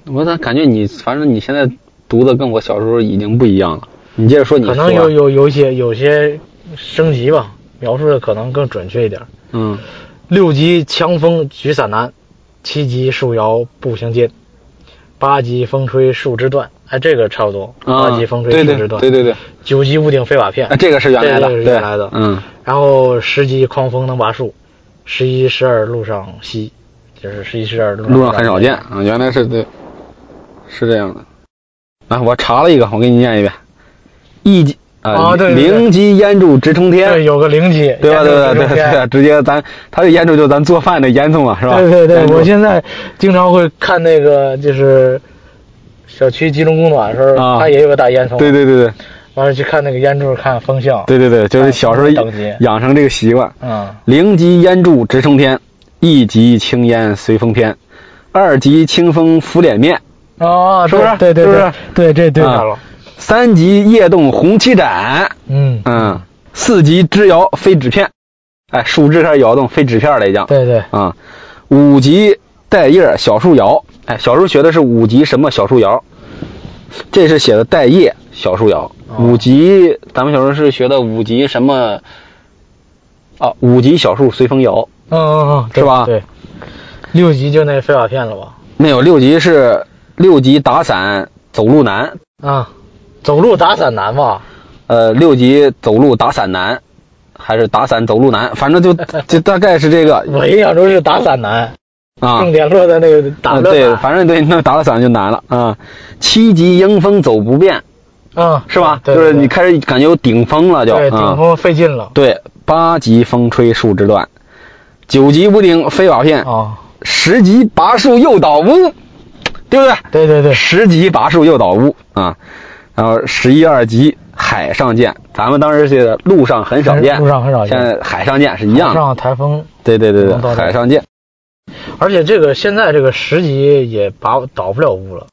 Speaker 1: 我咋感觉你反正你现在读的跟我小时候已经不一样了？你接着说，你啊
Speaker 2: 可
Speaker 1: 说
Speaker 2: 能
Speaker 1: 吧
Speaker 2: 有有有一些有些升级吧，描述的可能更准确一点。
Speaker 1: 嗯，
Speaker 2: 六级强风举伞难，七级树摇步行间，八级风吹树枝断。哎，这个差不多，
Speaker 1: 啊
Speaker 2: 八级风吹
Speaker 1: 对
Speaker 2: 树
Speaker 1: 对
Speaker 2: 枝断。
Speaker 1: 对对对，
Speaker 2: 九级屋顶飞瓦片
Speaker 1: 啊，，这个是原来的，
Speaker 2: 这个是
Speaker 1: 对
Speaker 2: 原来的
Speaker 1: 嗯，
Speaker 2: 然后十级狂风能拔树，十一、十二路上稀，就是十一、十二路上
Speaker 1: 路上很少见。啊，原来是对，是这样的。来，我查了一个，我给你念一遍，一级呃
Speaker 2: 啊对对对
Speaker 1: 零级烟柱直冲天，
Speaker 2: 对，有个零级，
Speaker 1: 对吧？对吧？
Speaker 2: 吧？
Speaker 1: 对吧对吧，直接咱他这烟囱就咱做饭的烟囱嘛，是吧？
Speaker 2: 对对对
Speaker 1: 烟，囱
Speaker 2: 我现在经常会看那个就是小区集中供暖的时候，
Speaker 1: 啊
Speaker 2: 它也有个大烟囱，
Speaker 1: 对，对对对
Speaker 2: 完了去看那个烟柱，看风向，，
Speaker 1: 对对对，就是小时候
Speaker 2: 啊等级
Speaker 1: 养成这个习惯。
Speaker 2: 嗯，
Speaker 1: 零级烟柱直冲天，一级青烟随风偏，二级清风拂脸面，
Speaker 2: 哦，
Speaker 1: 是不是
Speaker 2: 对对
Speaker 1: 是不
Speaker 2: 对
Speaker 1: 是，
Speaker 2: 对这对
Speaker 1: 啊
Speaker 2: 上了，
Speaker 1: 三级夜动红旗展，
Speaker 2: 嗯，
Speaker 1: 嗯，四级枝摇飞纸片，哎，树枝上摇动飞纸片了已经。
Speaker 2: 对对，
Speaker 1: 啊，五级带叶小树摇，哎，小时候学的是五级什么小树摇，这是写的带叶小树摇。
Speaker 2: 哦
Speaker 1: 五级咱们小时候是学的五级什么啊？五级小树随风摇，
Speaker 2: 嗯嗯嗯，对
Speaker 1: 是吧
Speaker 2: 对，六级就那飞瓦片了吧？
Speaker 1: 没有六级是六级打伞走路难，
Speaker 2: 啊，走路打伞难吧？
Speaker 1: 呃，六级走路打伞难，还是打伞走路难，反
Speaker 2: (laughs)
Speaker 1: 正就就大概是这个
Speaker 2: 我印象中是打伞难，
Speaker 1: 啊。
Speaker 2: 重点落在那个打
Speaker 1: 啊，
Speaker 2: 不了
Speaker 1: 对，
Speaker 2: 伞
Speaker 1: 反正对，那打了伞就难了啊。七级迎风走不便，
Speaker 2: 嗯，
Speaker 1: 是吧？
Speaker 2: 对，
Speaker 1: 就是
Speaker 2: 对
Speaker 1: 你开始感觉有顶峰了就，
Speaker 2: 对
Speaker 1: 啊
Speaker 2: 顶峰费劲了
Speaker 1: 对，八级风吹树枝断，九级屋顶飞瓦片，
Speaker 2: 啊，
Speaker 1: 十级拔树又倒屋，对不对？
Speaker 2: 对对对，
Speaker 1: 十级拔树又倒屋啊，然后十一二级海上见，咱们当时写的路上很少见，
Speaker 2: 哎路上很少见
Speaker 1: 现在海上见是一样的，
Speaker 2: 上台风，
Speaker 1: 对对对对，
Speaker 2: 能到这
Speaker 1: 海上见，
Speaker 2: 而且这个现在这个十级也拔倒不了屋了，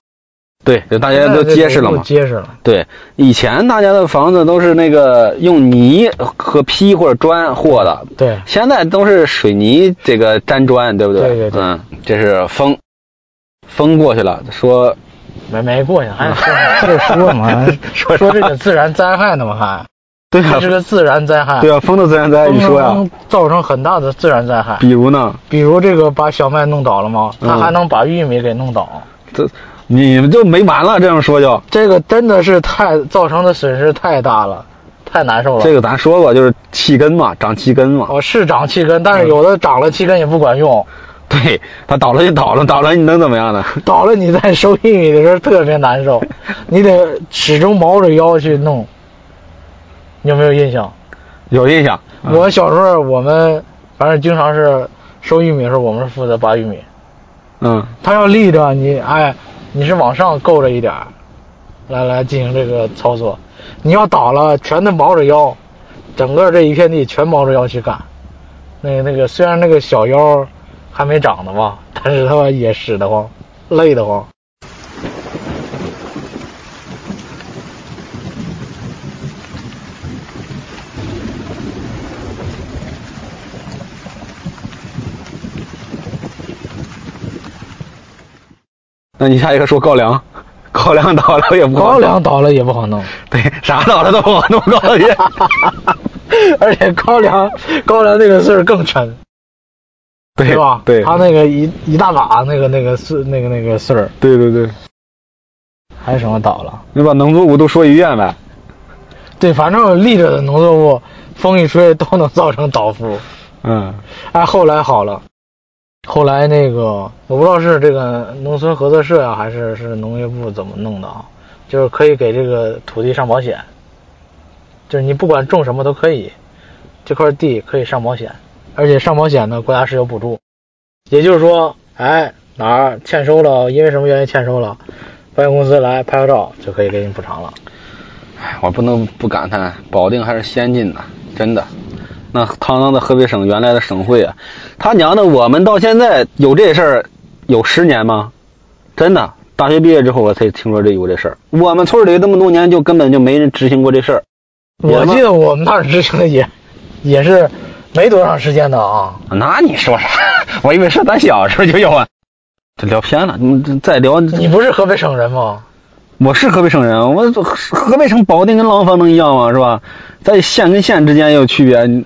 Speaker 1: 对，就大家
Speaker 2: 现在
Speaker 1: 都
Speaker 2: 这个
Speaker 1: 结实了
Speaker 2: 都
Speaker 1: 嘛。
Speaker 2: 结实了，
Speaker 1: 对，以前大家的房子都是那个用泥和坯或者砖和的，
Speaker 2: 对，
Speaker 1: 现在都是水泥这个粘砖，对不对？
Speaker 2: 对对对
Speaker 1: 嗯，这是风，风过去了，说，
Speaker 2: 没没过去，还说就说嘛
Speaker 1: (laughs) 说
Speaker 2: 说这个自然灾害呢嘛，
Speaker 1: (laughs)
Speaker 2: 还
Speaker 1: 对
Speaker 2: 这啊是个自然灾害，
Speaker 1: 对啊，风的自然灾害，你说呀、
Speaker 2: 风能造成很大的自然灾害，
Speaker 1: 比如呢，
Speaker 2: 比如这个把小麦弄倒了嘛，它
Speaker 1: 嗯
Speaker 2: 还能把玉米给弄倒。
Speaker 1: 这你们就没完了，这样说就
Speaker 2: 这个真的是太造成的损失太大了，太难受了。哦
Speaker 1: 这个咱说过，就是气根嘛，长气根嘛，嗯
Speaker 2: 我是长气根，但是有的长了气根也不管用，
Speaker 1: 对他倒了就倒了，倒了你能怎么样呢？ (laughs)
Speaker 2: 倒了你在收英语的时候特别难受，你得始终猫着腰去弄。你有没有印象？
Speaker 1: 有印象，嗯
Speaker 2: 我小时候我们反正经常是收玉米的时候，我们是负责拔玉米。
Speaker 1: 嗯，
Speaker 2: 它要立着你，哎，你是往上够着一点儿，来来进行这个操作。你要倒了，全都猫着腰，整个这一片地全猫着腰去干。那个那个虽然那个小腰还没长呢吧， (laughs) 但是他妈也使得慌，累得慌。
Speaker 1: 那你下一个说高粱，高粱倒了也不好
Speaker 2: 高
Speaker 1: 弄
Speaker 2: 粱倒了也不好弄，
Speaker 1: 对啥倒了都不好弄高粱，
Speaker 2: (laughs) 而且高粱高粱那个穗儿更沉。
Speaker 1: 对
Speaker 2: 对吧？
Speaker 1: 对，
Speaker 2: 他那个一一大把那个那个穗那个那个穗儿，
Speaker 1: 对对对，
Speaker 2: 还有什么倒了？
Speaker 1: 你把农作物都说一遍呗。
Speaker 2: 对，反正立着的农作物，风一吹都能造成倒伏。
Speaker 1: 嗯，
Speaker 2: 哎，后来好了，后来那个我不知道是这个农村合作社啊，还是是农业部怎么弄的啊？就是可以给这个土地上保险，就是你不管种什么都可以，这块地可以上保险，而且上保险呢，国家是有补助。也就是说，哎，哪儿欠收了，因为什么原因欠收了，保险公司来拍个照就可以给你补偿了。
Speaker 1: 哎，我不能不感叹，保定还是先进的，真的。那堂堂的河北省原来的省会啊，他娘的，我们到现在有这事儿有十年吗？真的，大学毕业之后我才听说这有这事儿。我们村里这么多年就根本就没人执行过这事儿。
Speaker 2: 我
Speaker 1: 们
Speaker 2: 记得我们那儿执行的也也是没多长时间的啊。
Speaker 1: 那你说啥？ (laughs) 我以为是咱小时候就有啊。这聊偏了，你这再聊，
Speaker 2: 你不是河北省人吗？
Speaker 1: 我是河北省人，我河河北省保定跟廊坊能一样吗？是吧？在县跟县之间也有区别。你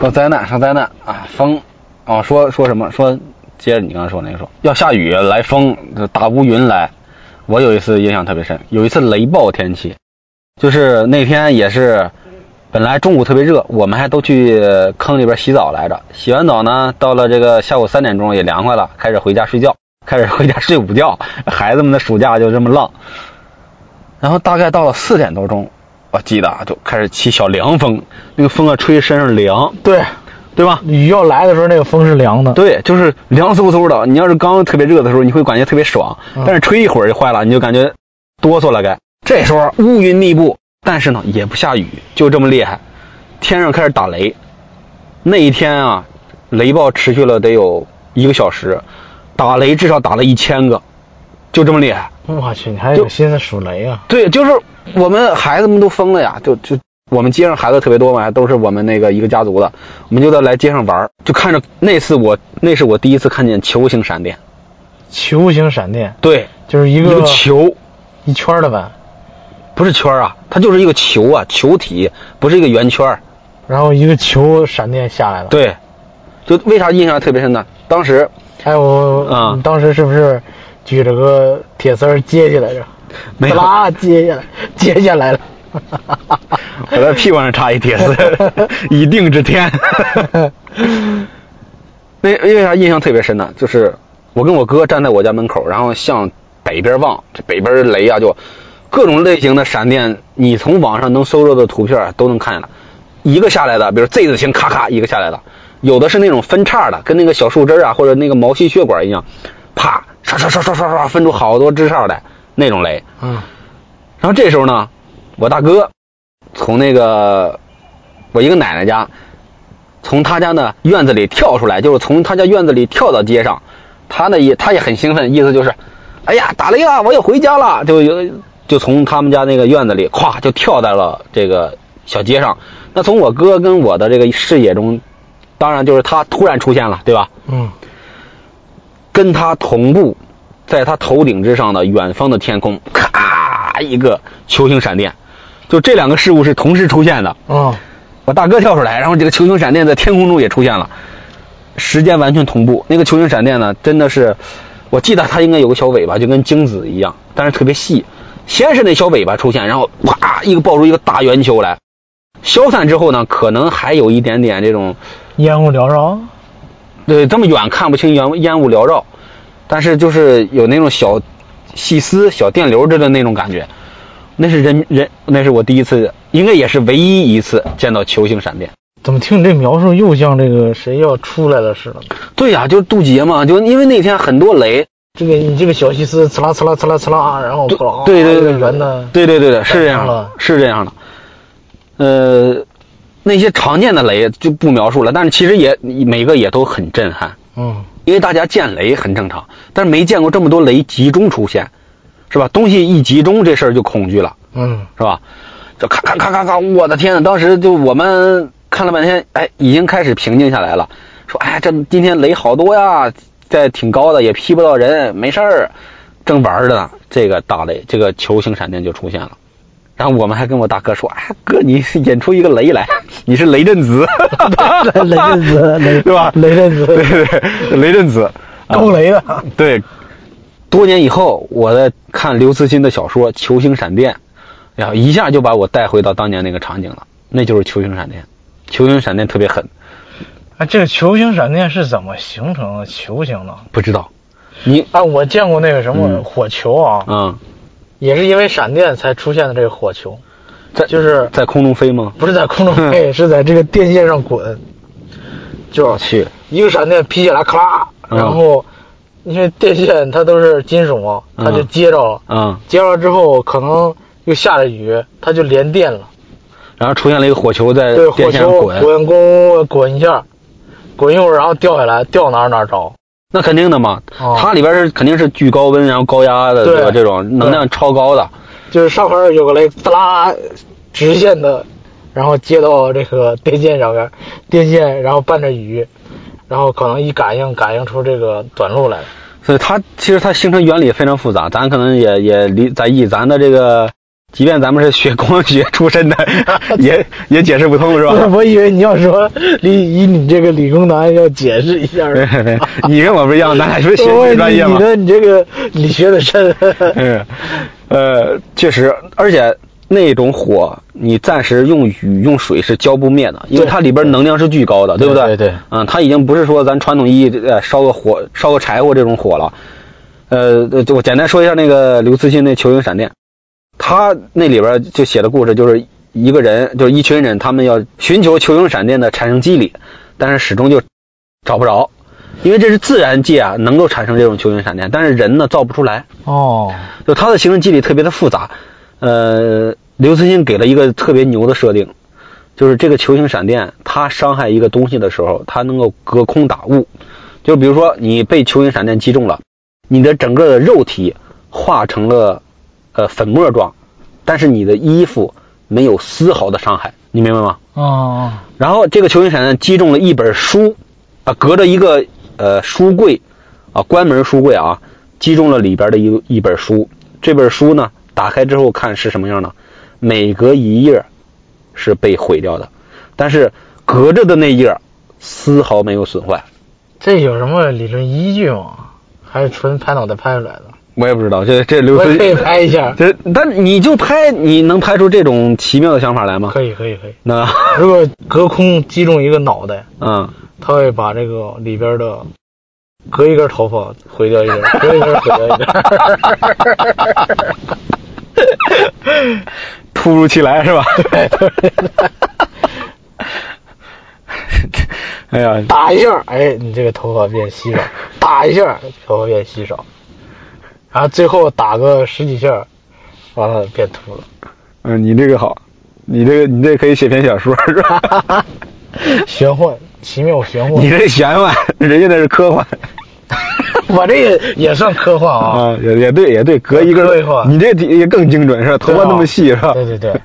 Speaker 1: 说灾难，说灾难啊，风啊，说说什么？说接着你刚才说那个说要下雨来风，打乌云来。我有一次印象特别深，有一次雷暴天气，就是那天也是，本来中午特别热，我们还都去坑里边洗澡来着。洗完澡呢，到了这个下午三点钟也凉快了，开始回家睡觉，开始回家睡午觉。 (laughs) 孩子们的暑假就这么浪。然后大概到了四点多钟，我记得啊，就开始起小凉风，那个风啊吹身上凉，
Speaker 2: 对，
Speaker 1: 对吧？
Speaker 2: 雨要来的时候，那个风是凉的。
Speaker 1: 对，就是凉飕飕的。你要是刚特别热的时候，你会感觉特别爽，
Speaker 2: 嗯
Speaker 1: 但是吹一会儿就坏了，你就感觉哆嗦了该。这时候乌云密布，但是呢也不下雨，就这么厉害。天上开始打雷，那一天啊，雷暴持续了得有一个小时，打雷至少打了一千个，就这么厉害。
Speaker 2: 我去，你还有心思数雷啊？
Speaker 1: 对，就是我们孩子们都疯了呀，就就我们街上孩子特别多嘛，都是我们那个一个家族的，我们就在来街上玩儿，就看着那次我那是我第一次看见球形闪电，
Speaker 2: 球形闪电
Speaker 1: 对，
Speaker 2: 就是一
Speaker 1: 一
Speaker 2: 个
Speaker 1: 个球，
Speaker 2: 一圈儿的呗，
Speaker 1: 不是圈儿啊，它就是一个球啊，球体不是一个圆圈儿，
Speaker 2: 然后一个球闪电下来了。，
Speaker 1: 对，就为啥印象特别深呢？当时
Speaker 2: 哎，我
Speaker 1: 啊
Speaker 2: 你当时是不是举着个铁丝儿接起来着？
Speaker 1: 没有
Speaker 2: 啦，接下来， (laughs) 接
Speaker 1: (laughs)
Speaker 2: 下来了。
Speaker 1: 我在屁股上插一铁丝， (laughs) 以定之天。 (laughs) 那因为啥印象特别深呢？就是我跟我哥站在我家门口，然后向北边望，这北边雷啊，就各种类型的闪电，你从网上能搜罗的图片啊都能看见了。一个下来的，比如 Z 字形，咔咔一个下来的，有的是那种分叉的，跟那个小树枝啊或者那个毛细血管一样，啪刷刷刷刷刷刷分出好多枝杈来那种雷。
Speaker 2: 嗯，
Speaker 1: 然后这时候呢，我大哥从那个我一个奶奶家，从他家呢院子里跳出来，就是从他家院子里跳到街上，他呢也他也很兴奋，意思就是，哎呀打雷了，我要回家了，就有就从他们家那个院子里咵就跳在了这个小街上。那从我哥跟我的这个视野中，当然就是他突然出现了，对吧？
Speaker 2: 嗯，
Speaker 1: 跟他同步，在他头顶之上的远方的天空，咔一个球形闪电，就这两个事物是同时出现的。
Speaker 2: 嗯，
Speaker 1: 我大哥跳出来，然后这个球形闪电在天空中也出现了，时间完全同步。那个球形闪电呢，真的是，我记得它应该有个小尾巴，就跟精子一样，但是特别细。先是那小尾巴出现，然后啪一个爆出一个大圆球来，消散之后呢，可能还有一点点这种
Speaker 2: 烟雾缭绕。
Speaker 1: 对，这么远看不清烟烟雾缭绕，但是就是有那种小细丝、小电流似的那种感觉，那是人人，那是我第一次，应该也是唯一一次见到球形闪电。
Speaker 2: 怎么听你这描述又像这个谁要出来了似的？
Speaker 1: 对呀、就是渡劫嘛，就因为那天很多雷，
Speaker 2: 这个你这个小细丝刺啦刺啦刺啦刺啦，然后哐啷
Speaker 1: 对对
Speaker 2: 这
Speaker 1: 对
Speaker 2: 个，圆的，
Speaker 1: 对对对对，是这
Speaker 2: 上
Speaker 1: 样的
Speaker 2: 了，
Speaker 1: 是这样的。呃，那些常见的雷就不描述了，但是其实也每个也都很震撼。
Speaker 2: 嗯，
Speaker 1: 因为大家见雷很正常，但是没见过这么多雷集中出现，是吧？东西一集中，这事儿就恐惧了，
Speaker 2: 嗯，
Speaker 1: 是吧？就咔咔咔咔咔，我的天呐！当时就我们看了半天，哎，已经开始平静下来了，说哎，这今天雷好多呀，在挺高的，也劈不到人，没事儿，正玩儿着呢，这个大雷，这个球形闪电就出现了。然后我们还跟我大哥说：“哎，哥，你演出一个雷来，你是雷震子，
Speaker 2: (laughs) 雷震子
Speaker 1: (laughs)
Speaker 2: 雷
Speaker 1: 对吧？
Speaker 2: 雷震子
Speaker 1: 对对对，雷震子，啊
Speaker 2: 够雷的，
Speaker 1: 对，多年以后，我在看刘慈欣的小说《球形闪电》，然后一下就把我带回到当年那个场景了，那就是球形闪电。球形闪电特别狠，
Speaker 2: (laughs) 啊，这个球形闪电是怎么形成的？球形的？
Speaker 1: 不知道你
Speaker 2: 啊，我见过那个什么
Speaker 1: 嗯
Speaker 2: 火球啊，
Speaker 1: 啊、
Speaker 2: 也是因为闪电才出现的这个火球，
Speaker 1: 在
Speaker 2: 就是
Speaker 1: 在空中飞吗？
Speaker 2: 不是在空中飞，是在这个电线上滚，
Speaker 1: 我
Speaker 2: 就是
Speaker 1: 去，
Speaker 2: 一个闪电劈下来，咔啦，
Speaker 1: 嗯
Speaker 2: 然后因为电线它都是金属嘛，它就
Speaker 1: 嗯
Speaker 2: 接着了，
Speaker 1: 啊、
Speaker 2: 接着之后可能又下着雨，它就连电了，
Speaker 1: 然后出现了一个火球在
Speaker 2: 对，
Speaker 1: 电线
Speaker 2: 火
Speaker 1: 上
Speaker 2: 球
Speaker 1: 滚，
Speaker 2: 滚滚滚一下，滚一会儿然后掉下来，掉哪儿哪儿着，
Speaker 1: 那肯定的嘛，
Speaker 2: 哦
Speaker 1: 它里边是肯定是巨高温，然后高压的
Speaker 2: 对
Speaker 1: 吧？这种能量超高的，
Speaker 2: 就是上边有个雷，滋啦，直线的，然后接到这个电线上边，电线然后伴着雨，然后可能一感应感应出这个短路来了。
Speaker 1: 所以它其实它形成原理非常复杂，咱可能也也理咱以咱的这个，即便咱们是学光学出身的，也也解释不通是吧？
Speaker 2: (laughs) 我以为你要说理以你这个理工男要解释
Speaker 1: (laughs)
Speaker 2: 一下，
Speaker 1: 对对你跟我不一样，咱俩是学
Speaker 2: 我
Speaker 1: 习
Speaker 2: 以为
Speaker 1: 专业
Speaker 2: 你
Speaker 1: 嘛
Speaker 2: 你。的你这个理学的深，
Speaker 1: 嗯，呃，确实，而且那种火，你暂时用雨用水是浇不灭的，因为
Speaker 2: 对
Speaker 1: 它里边能量是巨高 (laughs) 的，对不
Speaker 2: 对对对
Speaker 1: 嗯，它已经不是说咱传统意义呃烧个火烧个柴火这种火了。呃，呃就我简单说一下那个刘慈欣那《球形闪电》，他那里边就写的故事就是一个人，就是一群人，他们要寻求球形闪电的产生机理，但是始终就找不着，因为这是自然界啊能够产生这种球形闪电，但是人呢造不出来。
Speaker 2: 哦，
Speaker 1: 就它的形成机理特别的复杂。呃，刘慈欣给了一个特别牛的设定，就是这个球形闪电，它伤害一个东西的时候，它能够隔空打物。就比如说你被球形闪电击中了，你的整个的肉体化成了呃粉末状，但是你的衣服没有丝毫的伤害，你明白吗？
Speaker 2: 哦，
Speaker 1: 然后这个球形闪电击中了一本书，啊，隔着一个呃书柜，啊，关门书柜啊，击中了里边的一一本书。这本书呢，打开之后看是什么样呢？每隔一页是被毁掉的，但是隔着的那页丝毫没有损坏。
Speaker 2: 这有什么理论依据吗？还是纯拍脑袋拍出来的？
Speaker 1: 我也不知道，这这刘
Speaker 2: 我
Speaker 1: 慈
Speaker 2: 也可以拍一下，
Speaker 1: 这但你就拍，你能拍出这种奇妙的想法来吗？
Speaker 2: 可以可以可以。
Speaker 1: 那， (laughs)
Speaker 2: 如果隔空击中一个脑袋，
Speaker 1: 嗯，
Speaker 2: 他会把这个里边的隔一根头发毁掉一根，隔一根毁掉一
Speaker 1: (laughs)
Speaker 2: 根。
Speaker 1: 突如其来是吧？哎呀，
Speaker 2: 打一下，哎，你这个头发变稀少；打一下，头发变稀少。然后最后打个十几下，完了变秃了。
Speaker 1: 嗯，你这个好，你这个你这可以写篇小说是吧？
Speaker 2: 玄幻，奇妙玄幻
Speaker 1: (laughs) 你。这玄幻，人家那是科幻
Speaker 2: (laughs) 我这也也算科幻啊。
Speaker 1: 啊，也也对也对，隔一根
Speaker 2: 科幻啊
Speaker 1: 你这也更精准是吧？头发那么细是吧？
Speaker 2: 对对对，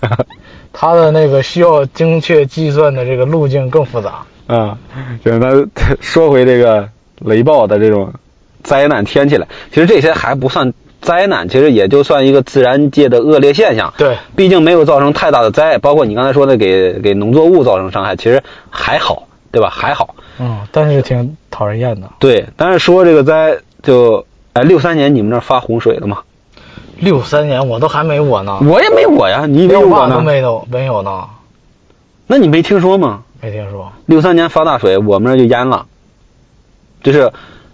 Speaker 2: 它的那个需要精确计算的这个路径更复杂。
Speaker 1: (laughs) 啊，就是咱说回这个雷暴的这种 (laughs) 灾难天气来，其实这些还不算灾难，其实也就算一个自然界的恶劣现象。
Speaker 2: 对
Speaker 1: 毕竟没有造成太大的灾害，包括你刚才说的给给农作物造成伤害，其实还好，对吧？还好。
Speaker 2: 嗯，但是挺讨人厌的。
Speaker 1: 对，但是说这个灾就。哎，六三年你们那儿发洪水了吗？
Speaker 2: 六三年我都还没我呢，
Speaker 1: 我也没我呀，你没
Speaker 2: 连
Speaker 1: 有
Speaker 2: 我
Speaker 1: 我
Speaker 2: 爸都
Speaker 1: 呢？
Speaker 2: 没有没有呢，
Speaker 1: 那你没听说吗？
Speaker 2: 没听说。
Speaker 1: 六三年发大水，我们那儿就淹了。就是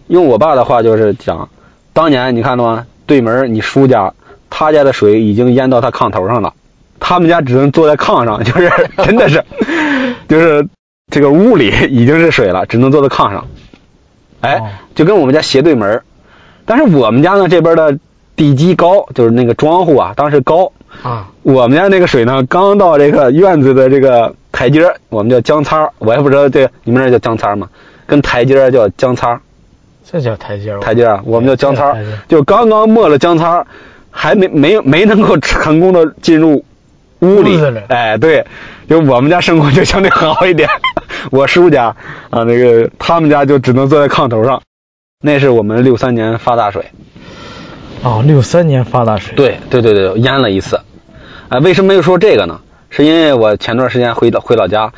Speaker 1: 用我爸的话就是讲，当年你看到吗？对门你叔家，他家的水已经淹到他炕头上了，他们家只能坐在炕上， (laughs) 就是真的是，就是这个屋里已经是水了，只能坐在炕上。哎
Speaker 2: 哦，
Speaker 1: 就跟我们家斜对门儿但是我们家呢这边的地基高，就是那个庄户啊，当时高，
Speaker 2: 啊，
Speaker 1: 我们家那个水呢，刚到这个院子的这个台阶儿，我们叫江擦儿，我也不知道这你们那儿叫江擦儿吗？跟台阶儿叫江擦儿，
Speaker 2: 这叫台阶儿。
Speaker 1: 台阶儿啊，我们叫江擦
Speaker 2: 这
Speaker 1: 儿
Speaker 2: 叫台阶儿，
Speaker 1: 就刚刚没了江擦儿，还没没有没能够成功的进入屋里
Speaker 2: 屋子里，
Speaker 1: 哎，对，就我们家生活就相对好一点， (laughs) 我叔家啊，那个他们家就只能坐在炕头上，那是我们六三年发大水，
Speaker 2: 哦，六三年发大水。，
Speaker 1: 对对对对，淹了一次。啊，为什么又说这个呢？是因为我前段时间回老回老家，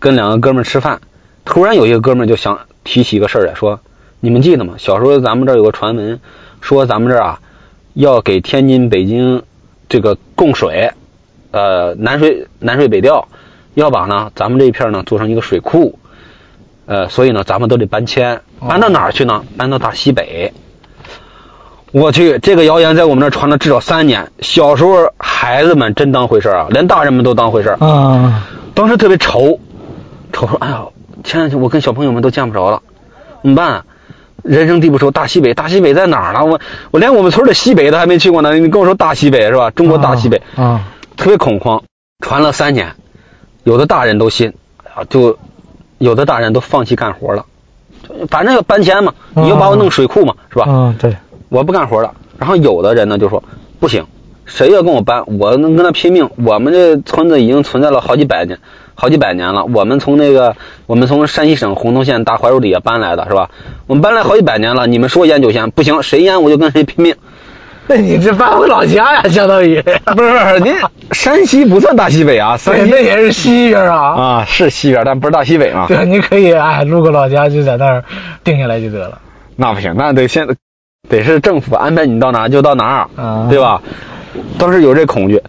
Speaker 1: 跟两个哥们儿吃饭，突然有一个哥们儿就想提起一个事儿来说，你们记得吗？小时候咱们这儿有个传闻，说咱们这儿啊要给天津、北京这个供水，呃，南水南水北调，要把呢咱们这一片儿呢做成一个水库，呃，所以呢咱们都得搬迁，搬到哪儿去呢？搬到大西北。我去，这个谣言在我们那儿传了至少三年。小时候孩子们真当回事儿啊，连大人们都当回事儿。
Speaker 2: 啊，
Speaker 1: 当时特别愁，愁说：“哎呀，前两天我跟小朋友们都见不着了，怎么办、啊？人生地不熟，大西北，大西北在哪儿呢？我我连我们村儿的西北都还没去过呢，你跟我说大西北是吧？中国大西北，
Speaker 2: 啊，
Speaker 1: 特别恐慌，传了三年，有的大人都信，啊，就有的大人都放弃干活了，就反正要搬迁嘛，你又把我弄水库嘛，是吧？
Speaker 2: 啊，对，
Speaker 1: 我不干活了。然后有的人呢就说不行，谁要跟我搬，我能跟他拼命。我们这村子已经存在了好几百年，好几百年了。我们从那个我们从山西省洪洞县大槐树底下搬来的是吧？我们搬来好几百年了。你们说淹就淹，不行，谁淹我就跟谁拼命。
Speaker 2: 那你这搬回老家呀，相 (laughs) 当于。
Speaker 1: 不是不是， (laughs) 您山西不算大西北啊，
Speaker 2: 对，
Speaker 1: 山西
Speaker 2: 那也是西边啊。
Speaker 1: 啊是西边，但不是大西北嘛。
Speaker 2: 对，你可以哎，路过老家就在那儿定下来就得了。
Speaker 1: 啊那不行，那得现得是政府安排你到哪儿就到哪儿，
Speaker 2: 啊
Speaker 1: 对吧？当时有这恐惧，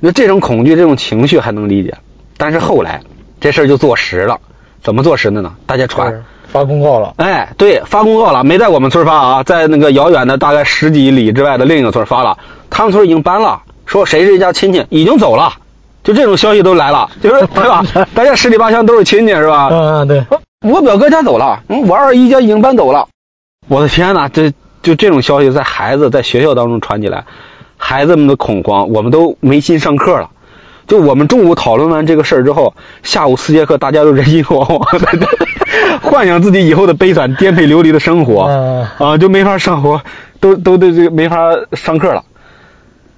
Speaker 1: 那这种恐惧、这种情绪还能理解，但是后来这事儿就坐实了，怎么坐实的呢？大家传，
Speaker 2: 发公告了。
Speaker 1: 哎，对，发公告了，没在我们村儿发啊，在那个遥远的大概十几里之外的另一个村儿发了，他们村儿已经搬了，说谁谁家亲戚已经走了，就这种消息都来了，就是对吧？大家十里八乡都是亲戚是吧？
Speaker 2: 嗯嗯，对，
Speaker 1: 我表哥家走了，嗯，我二姨家已经搬走了。我的天呐，这就这种消息在孩子在学校当中传起来，孩子们的恐慌，我们都没心上课了。就我们中午讨论完这个事儿之后，下午四节课大家都人心惶惶的， (laughs) 幻想自己以后的悲惨、颠沛流离的生活。
Speaker 2: 嗯
Speaker 1: 啊，就没法上活，都都对这个没法上课了。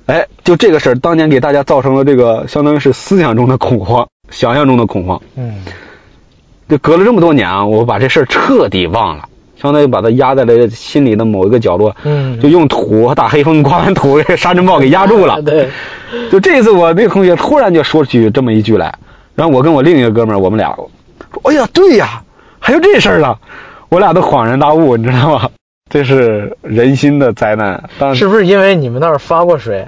Speaker 1: 哎，就这个事儿，当年给大家造成了这个相当于是思想中的恐慌，想象中的恐慌。
Speaker 2: 嗯，
Speaker 1: 就隔了这么多年啊，我把这事儿彻底忘了，相当于把它压在了心里的某一个角落，
Speaker 2: 嗯
Speaker 1: 就用土和大黑风刮完土，给沙尘暴给压住了。
Speaker 2: (laughs) 对，
Speaker 1: 就这次我那个同学突然就说起这么一句来，然后我跟我另一个哥们儿，我们俩说，哎呀，对呀，还有这事儿了，我俩都恍然大悟，你知道吗？这是人心的灾难，但
Speaker 2: 是不是因为你们那儿发过水？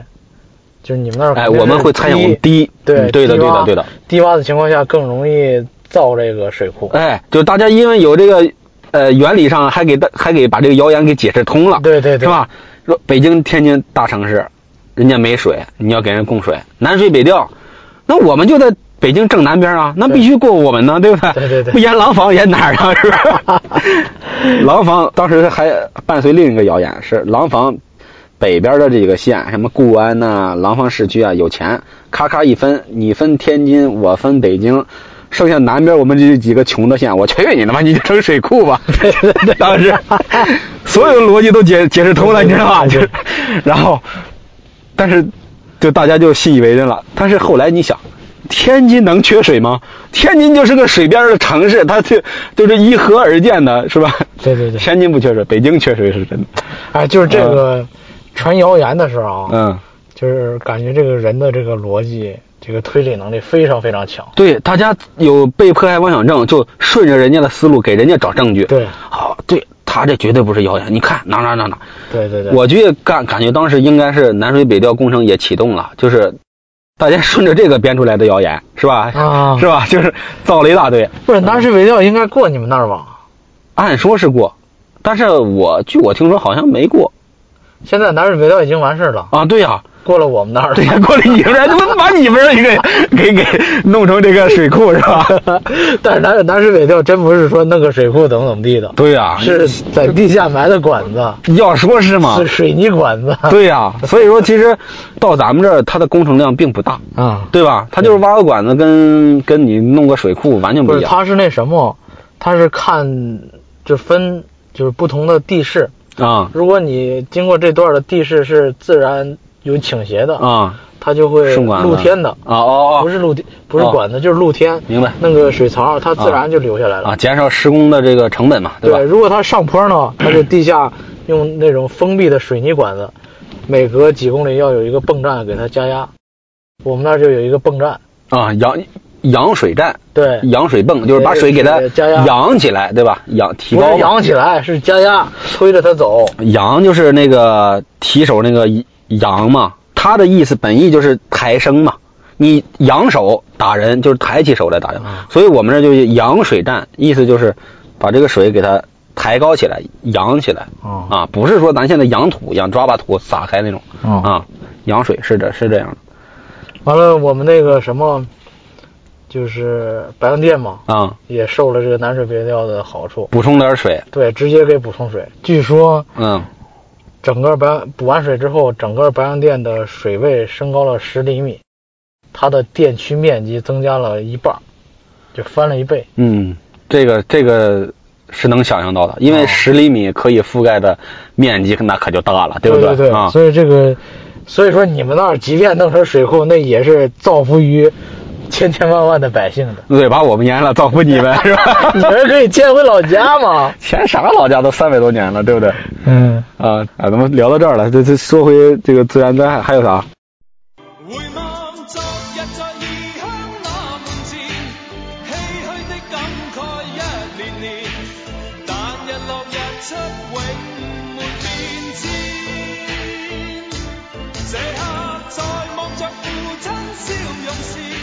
Speaker 2: 就是你们那儿
Speaker 1: 哎，
Speaker 2: 肯
Speaker 1: (laughs)
Speaker 2: 定
Speaker 1: 我们
Speaker 2: 是
Speaker 1: 会参与我们
Speaker 2: 低，
Speaker 1: 低，
Speaker 2: 对啊
Speaker 1: 嗯对的，
Speaker 2: 低
Speaker 1: 对
Speaker 2: 洼
Speaker 1: 的，对的。
Speaker 2: 低洼的情况下更容易造这个水库。
Speaker 1: 哎，就大家因为有这个呃原理上还给大还给把这个谣言给解释通了，
Speaker 2: 对对对
Speaker 1: 是吧？说北京、天津大城市，人家没水，你要给人供水，南水北调，那我们就在北京正南边啊，那必须过我们呢，对不对？
Speaker 2: 对对对
Speaker 1: 不沿廊坊沿哪儿啊？是
Speaker 2: (laughs)
Speaker 1: 吧？廊坊当时还伴随另一个谣言，是廊坊北边的这个县，什么固安呐、廊坊市区啊，有钱，咔咔一分，你分天津，我分北京，剩下南边我们这几个穷的县，我去你他妈，你就成水库吧！当
Speaker 2: (laughs)
Speaker 1: 时所有的逻辑都解解释通了，你知道吧？就是， (laughs) 然后，但是就大家就信以为真了。但是后来你想，天津能缺水吗？天津就是个水边的城市，它就就是依河而建的，是吧？
Speaker 2: 对对对，
Speaker 1: 天津不缺水，北京缺水是真的。
Speaker 2: 哎，就是这个传谣言的时候啊，
Speaker 1: 嗯，
Speaker 2: 就是感觉这个人的这个逻辑、这个推理能力非常非常强。
Speaker 1: 对，大家有被迫害妄想症，就顺着人家的思路给人家找证据。
Speaker 2: 对
Speaker 1: 好、对他这绝对不是谣言。你看哪哪哪哪，
Speaker 2: 对对对，
Speaker 1: 我觉感感觉当时应该是南水北调工程也启动了，就是大家顺着这个编出来的谣言是吧？
Speaker 2: 啊
Speaker 1: 是吧？就是造了一大堆，
Speaker 2: 不是南水北调应该过你们那儿吧？
Speaker 1: 按说是过，但是我据我听说好像没过
Speaker 2: 现在南水北调已经完事儿了，
Speaker 1: 啊，对呀、
Speaker 2: 过了我们那儿了。
Speaker 1: 对呀、过来你们这儿怎么把你们这儿给给给弄成这个水库是吧？
Speaker 2: (laughs) 但是南水南水北调真不是说弄个水库怎么怎么地的，
Speaker 1: 对呀、
Speaker 2: 是在地下埋的管子，
Speaker 1: 要说是嘛
Speaker 2: 是，水泥管子。
Speaker 1: 对呀、所以说其实到咱们这儿它的工程量并不大，
Speaker 2: 啊，
Speaker 1: 对吧？它就是挖个管子跟跟你弄个水库完全
Speaker 2: 不
Speaker 1: 不
Speaker 2: 是，
Speaker 1: 一样
Speaker 2: 他是那什么，他是看就分就是不同的地势，
Speaker 1: 啊
Speaker 2: 如果你经过这段的地势是自然有倾斜的，
Speaker 1: 啊，
Speaker 2: 它就会
Speaker 1: 顺管子
Speaker 2: 露天的，
Speaker 1: 啊哦
Speaker 2: 不
Speaker 1: 哦
Speaker 2: 是露天，不是管子，就是露天。
Speaker 1: 明白
Speaker 2: 弄个水槽，它自然就留下来了。
Speaker 1: 啊，减少施工的这个成本嘛，
Speaker 2: 对
Speaker 1: 吧？
Speaker 2: 如果它上坡呢，它就地下用那种封闭的水泥管子，每隔几公里要有一个泵站给它加压。我们那儿就有一个泵站，
Speaker 1: 啊，养养水站，
Speaker 2: 对，
Speaker 1: 养水泵就是把水给它
Speaker 2: 对加压
Speaker 1: 养起来，对吧？养提
Speaker 2: 不
Speaker 1: 高
Speaker 2: 是
Speaker 1: 嘛
Speaker 2: 扬起来，是加压推着它走。
Speaker 1: 扬就是那个提手那个扬嘛，它的意思本意就是抬升嘛。你扬手打人就是抬起手来打人，
Speaker 2: 啊
Speaker 1: 所以我们这就是扬水战，意思就是把这个水给它抬高起来、扬起来
Speaker 2: 哦
Speaker 1: 啊，不是说咱现在扬土一样抓把土撒开那种
Speaker 2: 哦
Speaker 1: 啊，扬水是这是这样的
Speaker 2: 完了，我们那个什么，就是白洋淀嘛，
Speaker 1: 啊，
Speaker 2: 也受了这个南水北调的好处。
Speaker 1: 补充点水，
Speaker 2: 对，直接给补充水。据说
Speaker 1: 嗯，
Speaker 2: 整个白补完水之后，整个白洋淀的水位升高了十厘米，它的电区面积增加了一半儿，就翻了一倍。
Speaker 1: 嗯，这个这个是能想象到的，因为
Speaker 2: 哦
Speaker 1: 十厘米可以覆盖的面积那可就大了，对不
Speaker 2: 对
Speaker 1: 啊，。
Speaker 2: 所以这个，所以说你们那儿即便弄成水库，那也是造福于千千万万的百姓的
Speaker 1: (laughs) 对，把我们淹了，造福你 (laughs) 们是吧？
Speaker 2: 你们可以迁回老家嘛？
Speaker 1: 前啥老家都三百多年了，对不对？
Speaker 2: 嗯，
Speaker 1: 啊啊，咱们聊到这儿了，这这说回这个自然灾害还有啥？
Speaker 4: 回望昨日在异乡那門前，唏噓的感慨一年年，但日落日出永沒變遷。這刻在望着父親笑容時，